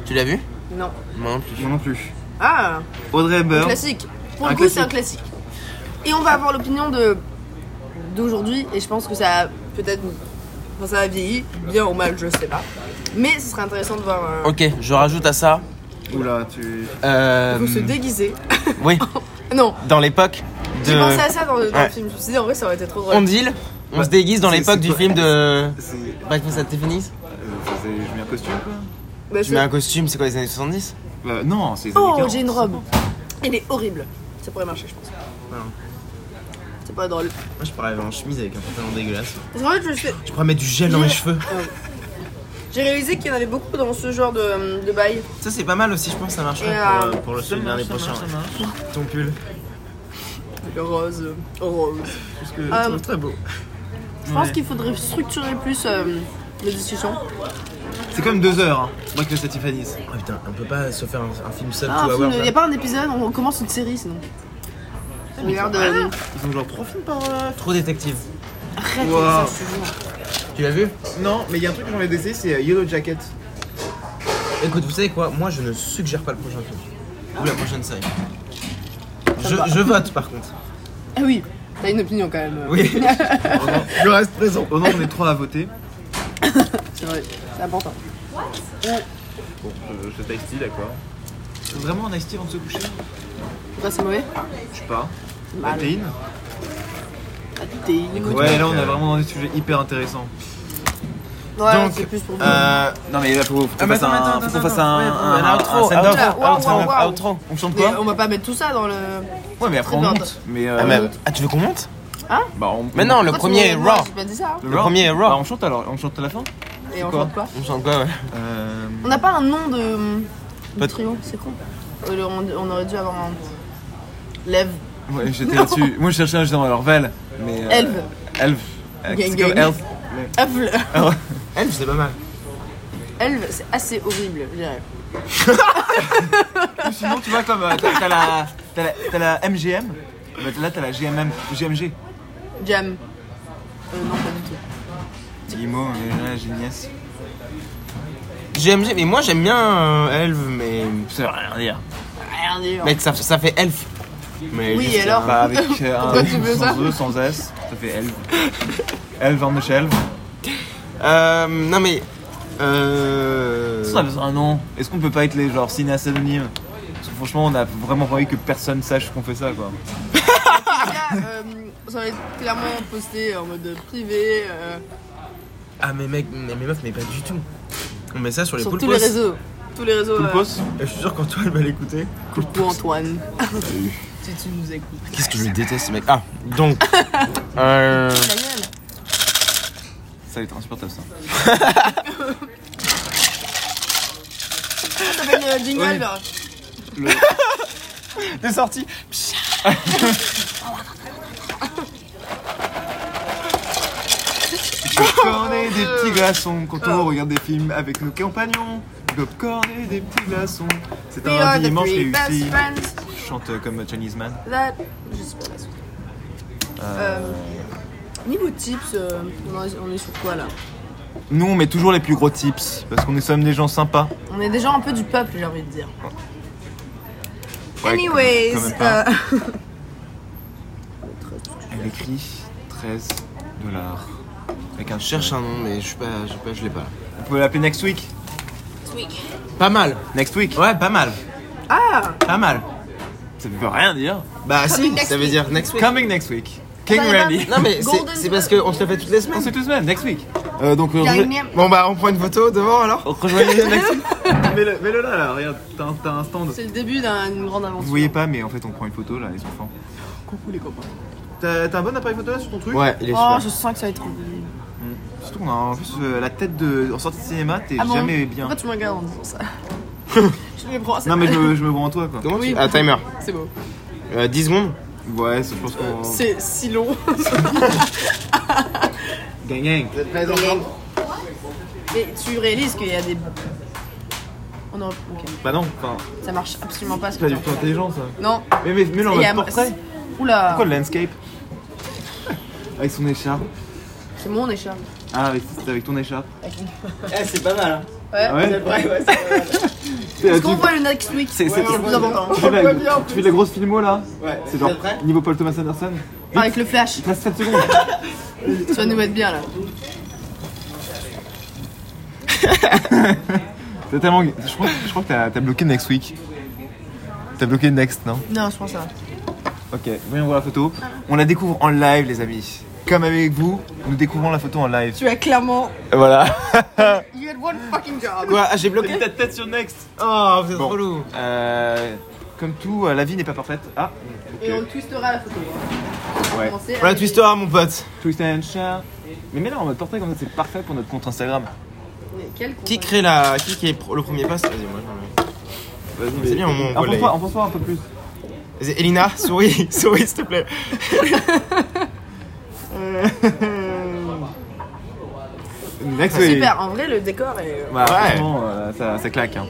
Speaker 4: Tu l'as vu
Speaker 1: Non.
Speaker 4: Moi non plus.
Speaker 3: Moi non plus.
Speaker 1: Ah,
Speaker 3: Audrey Hepburn.
Speaker 1: classique. Pour
Speaker 3: Un
Speaker 1: le coup, c'est un classique. Et on va avoir l'opinion de d'aujourd'hui, et je pense que ça a peut-être. Enfin, ça a vieilli, bien ou mal, je sais pas. Mais ce serait intéressant de voir. euh,
Speaker 4: Ok, je rajoute à ça.
Speaker 3: Oula, tu.
Speaker 4: Euh,
Speaker 1: faut se déguiser.
Speaker 4: oui,
Speaker 1: non,
Speaker 4: dans l'époque
Speaker 1: j'ai pensé à
Speaker 4: de.
Speaker 1: ça dans, le- dans
Speaker 4: euh, Ouais.
Speaker 1: le film. Je me suis dit, en vrai, ça aurait été trop drôle.
Speaker 4: On deal, on
Speaker 3: Bah,
Speaker 4: se déguise dans
Speaker 3: c'est-
Speaker 4: l'époque
Speaker 3: c'est
Speaker 4: du
Speaker 3: quoi
Speaker 4: film de.
Speaker 3: C'est.
Speaker 4: Breakfast at Tiffany's
Speaker 3: euh, c'est- Je mets un costume quoi
Speaker 1: Bah,
Speaker 4: Tu
Speaker 1: c'est-
Speaker 4: mets un costume, c'est quoi les années 70
Speaker 3: Bah, Non, c'est. les années
Speaker 1: Oh,
Speaker 3: 40.
Speaker 1: j'ai une robe. Elle est horrible. Ça pourrait marcher, je pense. C'est pas drôle.
Speaker 4: Moi je pourrais aller en chemise avec un pantalon dégueulasse.
Speaker 1: Parce qu'en fait, je sais-
Speaker 4: Je pourrais mettre du gel dans mes cheveux.
Speaker 1: j'ai réalisé qu'il y en avait beaucoup dans ce genre de, de bail.
Speaker 4: Ça c'est pas mal aussi, je pense, ça marcherait
Speaker 1: Et, euh,
Speaker 4: pour, euh, pour le film l'année prochaine. Ton pull.
Speaker 1: Le rose, euh, rose.
Speaker 4: Parce que
Speaker 1: Euh,
Speaker 4: trouve très beau.
Speaker 1: Je pense qu'il faudrait structurer plus euh, les discussions.
Speaker 3: C'est quand même 2 heures, hein, Breakfast at Tiffany's.
Speaker 4: Oh putain, on peut pas se faire un, un film seul
Speaker 1: Ah,
Speaker 4: tout
Speaker 1: un film,
Speaker 4: hour.
Speaker 1: il n'y a pas un épisode, on commence une série sinon. On regarde. euh,
Speaker 4: Ils ont genre trois films par. euh, Trop détective.
Speaker 1: Arrête,
Speaker 3: Wow.
Speaker 1: ça, je te jure.
Speaker 4: Tu l'as vu
Speaker 3: Non, mais il y a un truc que j'ai envie d'essayer, c'est euh, Yellow Jacket.
Speaker 4: Écoute, vous savez quoi Moi je ne suggère pas le prochain film. Ou la prochaine série. Je, je vote par contre.
Speaker 1: Ah oui, t'as une opinion quand même. euh,
Speaker 4: Oui.
Speaker 3: Oh
Speaker 4: je reste présent.
Speaker 3: Au moment Oh on est trois à voter.
Speaker 1: C'est vrai, c'est important.
Speaker 6: Je, je taille style, quoi.
Speaker 3: C'est vraiment un ice tea avant de se coucher
Speaker 1: Pourquoi c'est mauvais Ah,
Speaker 3: Je sais pas.
Speaker 1: Mal.
Speaker 3: Protéine
Speaker 1: T'es-
Speaker 3: Ouais, là on est vraiment dans des sujets hyper intéressants.
Speaker 1: Ouais,
Speaker 4: Donc,
Speaker 1: c'est plus pour vous.
Speaker 4: Euh.
Speaker 3: Non, Ah, mais là faut, faut qu'on fasse
Speaker 4: attends,
Speaker 3: un.
Speaker 4: attends,
Speaker 3: Faut qu'on
Speaker 4: attends,
Speaker 3: fasse un.
Speaker 4: attends,
Speaker 3: un-
Speaker 4: un
Speaker 3: un-
Speaker 4: outro,
Speaker 3: un send-off.
Speaker 1: outro, Ah, waouh,
Speaker 4: Outro,
Speaker 1: waouh, waouh.
Speaker 4: outro.
Speaker 3: On chante
Speaker 1: Mais euh,
Speaker 3: quoi
Speaker 1: on va pas mettre tout ça dans le.
Speaker 3: Ouais, mais après on
Speaker 1: Très
Speaker 3: monte. Mais, euh,
Speaker 4: Ah, mais- ah, tu veux qu'on monte
Speaker 3: bah, on...
Speaker 4: Mais non, le
Speaker 1: Pourquoi tu
Speaker 4: premier est
Speaker 1: me- moi,
Speaker 4: raw.
Speaker 1: J'ai pas dit ça. hein.
Speaker 4: Le premier est
Speaker 3: Bah,
Speaker 4: raw.
Speaker 3: on chante alors, on chante à la fin
Speaker 1: Et on
Speaker 3: quoi
Speaker 1: chante quoi
Speaker 4: On chante quoi, ouais
Speaker 3: euh...
Speaker 1: On n'a pas un nom de. de
Speaker 4: Pas de-
Speaker 1: trio, c'est con. Euh, le- On on aurait dû avoir un. Lève.
Speaker 3: Ouais, j'étais là-dessus. Moi je cherchais un genre alors Vel. Mais. euh,
Speaker 1: Elf.
Speaker 3: Elf. Euh,
Speaker 1: Gang,
Speaker 3: c'est comme
Speaker 1: gang.
Speaker 3: Elf.
Speaker 1: Elve.
Speaker 4: Elle, c'est pas mal.
Speaker 1: Elve, c'est assez horrible, je dirais.
Speaker 3: Ou Sinon, tu vois, comme euh, t'as t'as la, t'as la, t'as la MGM, bah, là t'as la GMM, GMG.
Speaker 1: Jam. Euh, non, pas du tout.
Speaker 3: Guillemot, euh, j'ai une nièce.
Speaker 4: GMG, mais moi j'aime bien euh, Elf, mais.
Speaker 3: Ça veut rien dire.
Speaker 1: Rien dire.
Speaker 4: Mec, ça, ça fait Elf. Mais
Speaker 1: Oui,
Speaker 4: juste,
Speaker 1: alors
Speaker 3: Bah, avec euh,
Speaker 1: Pourquoi
Speaker 3: un
Speaker 1: tu veux ça
Speaker 3: sans E, sans S, ça fait Elf. Elf en échelle.
Speaker 4: Euh. Non, mais. Euh.
Speaker 3: Ça besoin un nom. Est-ce qu'on peut pas être les genre cinéastes anonymes Parce que franchement, on a vraiment pas envie que personne sache qu'on fait ça quoi.
Speaker 1: Là, euh, ça va être clairement posté en mode privé euh,
Speaker 4: Ah, mais mec, mais mes meufs, mais pas du tout. On met ça
Speaker 3: Euh,
Speaker 4: sur les
Speaker 1: sur
Speaker 4: poules
Speaker 1: tous les réseaux. Tous les réseaux. euh,
Speaker 3: Poulpos
Speaker 4: Je suis sûr qu'Antoine va l'écouter.
Speaker 1: Coucou Antoine.
Speaker 3: Ah,
Speaker 1: si tu nous écoutes.
Speaker 4: Qu'est-ce que je déteste, mec. Ah, donc. euh.
Speaker 1: Ta gueule.
Speaker 3: Ça va être insupportable ça.
Speaker 1: Ça fait une jingle.
Speaker 3: Oui.
Speaker 1: genre.
Speaker 4: T'es sorti
Speaker 3: Popcorn et des petits glaçons quand on regarde des films avec nos compagnons. Popcorn et des petits glaçons. C'est
Speaker 1: We are
Speaker 3: un
Speaker 1: the
Speaker 3: dimanche
Speaker 1: three
Speaker 3: réussi.
Speaker 1: best friends
Speaker 3: Je chante comme Chinese Man.
Speaker 1: that. Je sais pas la suite. Euh... Niveau tips, euh, on est- on est sur quoi là
Speaker 3: Nous, on met toujours les plus gros tips parce qu'on est sommes des gens sympas.
Speaker 1: On est déjà un peu du peuple, j'ai envie de dire.
Speaker 3: Ouais,
Speaker 1: Anyways,
Speaker 3: quand même pas.
Speaker 1: euh,
Speaker 3: Elle écrit 13 dollars. Avec un
Speaker 4: Je cherche un nom, mais je suis pas. Je, sais pas, je l'ai pas.
Speaker 3: On peut l'appeler next week.
Speaker 7: week.
Speaker 5: Pas mal.
Speaker 3: Next week Ouais, pas mal.
Speaker 1: Ah
Speaker 3: Pas mal. Ça veut rien dire.
Speaker 4: Ah,
Speaker 5: Bah si,
Speaker 7: next
Speaker 5: ça veut
Speaker 7: week.
Speaker 5: dire next week.
Speaker 3: Coming next week. King
Speaker 5: Bah,
Speaker 1: Ça y va.
Speaker 3: Randy.
Speaker 5: Non mais c'est-
Speaker 1: Golden
Speaker 5: c'est parce qu'on se le fait toutes les
Speaker 3: On
Speaker 5: semaines.
Speaker 3: se tous même, next week. Euh, donc, euh,
Speaker 1: Il y a
Speaker 3: rejo-
Speaker 1: une-
Speaker 5: Bon bah on prend une photo devant alors.
Speaker 3: rejoignez next week. Mets-le mets-le là, là, regarde, t'as un- t'as un stand.
Speaker 1: C'est le début d'un- d'une grande aventure.
Speaker 3: Vous voyez pas, mais en fait, on prend une photo là, les enfants.
Speaker 1: Coucou les copains.
Speaker 3: T'as t'as un bon appareil photo là sur ton truc
Speaker 5: Ouais, il est
Speaker 1: Oh,
Speaker 5: super.
Speaker 1: je sens que ça va être compliqué.
Speaker 3: Surtout qu'on a en plus euh, la tête de. En sortie de cinéma, t'es
Speaker 1: Ah bon
Speaker 3: jamais bien.
Speaker 1: Pourquoi tu me regardes en disant ça Je les prends, c'est
Speaker 3: Non, mais je, Oh. me- je me vois en toi quoi.
Speaker 5: Comment
Speaker 1: Oui.
Speaker 5: tu... Ah timer.
Speaker 1: c'est beau.
Speaker 5: Euh, 10 secondes.
Speaker 3: Ouais, c'est- je pense qu'on.
Speaker 1: C'est si long.
Speaker 3: Gang gang.
Speaker 8: Vous êtes prêts ensemble
Speaker 1: Mais tu réalises qu'il y a des. On en... ok.
Speaker 3: Bah non, enfin,
Speaker 1: Ça marche absolument pas ce
Speaker 3: c'est pas
Speaker 1: que
Speaker 3: du
Speaker 1: t'es en
Speaker 3: tout
Speaker 1: train de
Speaker 3: intelligent ça.
Speaker 1: faire. Non.
Speaker 3: Mais mais, mais là, on
Speaker 1: Il y
Speaker 3: va
Speaker 1: a-
Speaker 3: portrait.
Speaker 1: Oula.
Speaker 3: Pourquoi le landscape Avec son écharpe.
Speaker 1: C'est mon écharpe.
Speaker 3: Ah, avec, c'est avec ton écharpe.
Speaker 8: Eh, c'est pas mal. hein.
Speaker 1: Ouais.
Speaker 3: Ah ouais
Speaker 8: Ouais, ouais, c'est pas mal.
Speaker 3: C'est-
Speaker 1: Est-ce
Speaker 3: tu-
Speaker 1: qu'on voit le next week
Speaker 3: c'est- c'est-
Speaker 1: Nous avons-
Speaker 3: Tu fais, de la, tu fais de la grosse filmo là
Speaker 8: Ouais,
Speaker 3: C'est genre
Speaker 8: Vous êtes prêts
Speaker 3: niveau Paul Thomas Anderson
Speaker 1: Avec le flash.
Speaker 3: Il te reste 7 secondes
Speaker 1: Tu vas nous mettre bien là.
Speaker 3: T'as tellement... Je crois, je crois que t'as, t'as bloqué next week. T'as bloqué next, non
Speaker 1: Non, je pense ça. va.
Speaker 3: Ok, voyons voir la photo. On la découvre en live, les amis. Comme avec vous, nous découvrons la photo en live.
Speaker 1: Tu as clairement.
Speaker 3: Voilà.
Speaker 1: You had one fucking job.
Speaker 5: Quoi Ah j'ai bloqué
Speaker 3: Ta tête sur next
Speaker 5: Oh vous êtes
Speaker 3: Bon.
Speaker 5: trop lourd.
Speaker 3: euh, Comme tout, euh, la vie n'est pas parfaite. Ah,
Speaker 1: Et on le twistera la photo. hein.
Speaker 3: ouais.
Speaker 1: Commencer
Speaker 5: On la
Speaker 1: avec-
Speaker 5: twistera mon pote.
Speaker 3: Twist and shout. Mais mets-la en mode portrait, comme ça c'est parfait pour notre compte Instagram.
Speaker 1: Mais quel con-
Speaker 5: Qui crée la. Qui qui est pro- le premier passe Vas-y moi j'en
Speaker 3: Vas-y,
Speaker 5: C'est bien, au moins, on voit les-
Speaker 3: Enfonce-toi enfonce-toi un peu plus.
Speaker 5: ai. Vas-y, Elina, souris, souris s'il te plaît.
Speaker 3: Hmm. Next week.
Speaker 1: Ah, Super, en vrai, le décor est.
Speaker 3: Bah,
Speaker 5: Ouais.
Speaker 3: franchement, euh, ça, ça claque. Hein.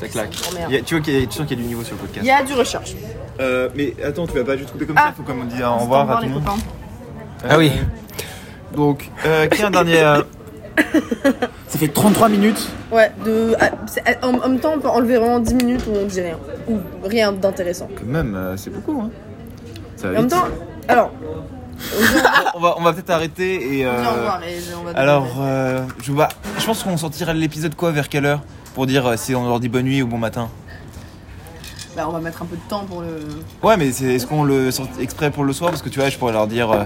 Speaker 3: Ça claque.
Speaker 1: Oh, merde.
Speaker 3: Il y a- tu vois qu'il y, a- tu sens qu'il y a du niveau sur le podcast.
Speaker 1: Il y a du recherche.
Speaker 3: Euh, mais attends, tu vas pas juste couper comme
Speaker 1: Ah.
Speaker 3: ça, faut comme on dit au revoir à tout
Speaker 1: les
Speaker 3: le monde.
Speaker 1: copains.
Speaker 5: Ah oui.
Speaker 3: Euh, Donc, euh, qui a un dernier. euh, Ça fait 33 minutes.
Speaker 1: Ouais, de... ah, c'est- en en même temps, on peut enlever vraiment 10 minutes où on dit rien. Ou rien d'intéressant.
Speaker 3: Quand même, euh, c'est beaucoup. Hein. Ça va
Speaker 1: En même
Speaker 3: vite.
Speaker 1: temps, alors,
Speaker 3: on va, on va peut-être arrêter et. euh,
Speaker 1: on dit au revoir et on va
Speaker 3: alors, euh, je, bah, je pense qu'on sortira l'épisode quoi Vers quelle heure Pour dire euh, si on leur dit bonne nuit ou bon matin.
Speaker 1: Bah, on va mettre un peu de temps pour le.
Speaker 3: Ouais, mais c'est- est-ce qu'on le sort exprès pour le soir Parce que tu vois, je pourrais leur dire euh,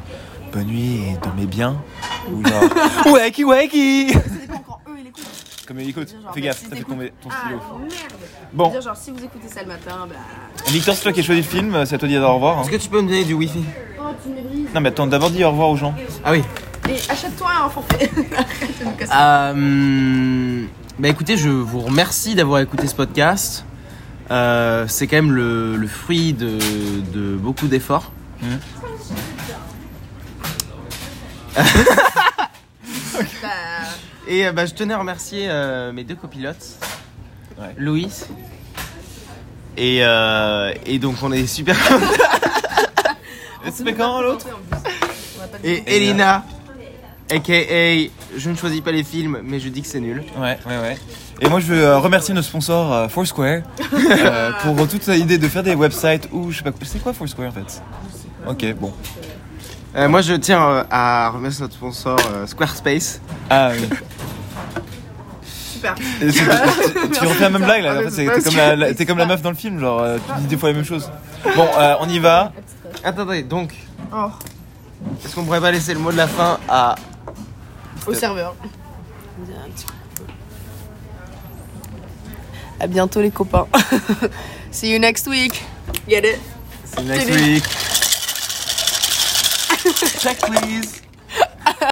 Speaker 3: bonne nuit et dormez bien. Ou genre wakey wakey
Speaker 1: Ça dépend quand eux ils écoutent.
Speaker 3: Comme il écoute,
Speaker 1: Dire genre,
Speaker 3: fais
Speaker 1: bah,
Speaker 3: gaffe,
Speaker 1: si
Speaker 3: ça fait
Speaker 1: t'écoutes-
Speaker 3: tomber ton
Speaker 1: Ah
Speaker 3: stylo.
Speaker 1: merde
Speaker 3: Bon,
Speaker 1: Dire genre si vous écoutez ça le matin, bah.
Speaker 3: Victor, c'est toi qui as choisi le film, c'est à toi de dire au revoir. hein.
Speaker 5: Est-ce que tu peux me donner du wifi
Speaker 1: Oh, tu me brises.
Speaker 3: Non, mais attends, d'abord dis au revoir aux gens.
Speaker 5: Ah oui.
Speaker 1: Et achète-toi un forfait. Arrête de me casser.
Speaker 5: Euh, bah écoutez, je vous remercie d'avoir écouté ce podcast. Euh, c'est quand même le, le fruit de, de beaucoup d'efforts.
Speaker 1: Bah,
Speaker 5: Et euh, bah, je tenais à remercier euh, mes deux copilotes,
Speaker 3: Ouais.
Speaker 5: Louis. Et, euh, et donc on est super contents.
Speaker 3: C'est quand l'autre
Speaker 1: on va pas
Speaker 5: Et Elina, aka je ne choisis pas les films, mais je dis que c'est nul.
Speaker 3: Ouais, ouais, ouais. Et moi, je veux euh, remercier nos sponsors euh, Foursquare euh, pour toute l'idée de faire des websites ou je sais pas. C'est quoi Foursquare en fait Ok, bon.
Speaker 5: Euh, moi je tiens euh, à remercier notre sponsor euh, Squarespace.
Speaker 3: Ah oui.
Speaker 1: Super.
Speaker 3: Et tu, tu- tu refais la même blague là, en fait, c'est- t'es comme, la, la- t'es comme la
Speaker 1: Parce
Speaker 3: meuf dans le film, genre euh, tu dis des fois la même chose. Bon, euh, on y va.
Speaker 5: Attendez, donc
Speaker 1: Oh,
Speaker 5: est-ce qu'on pourrait pas laisser le mot de la fin à
Speaker 1: au serveur. À bientôt les copains. See you next week. Get it?
Speaker 3: See you next week. Check please.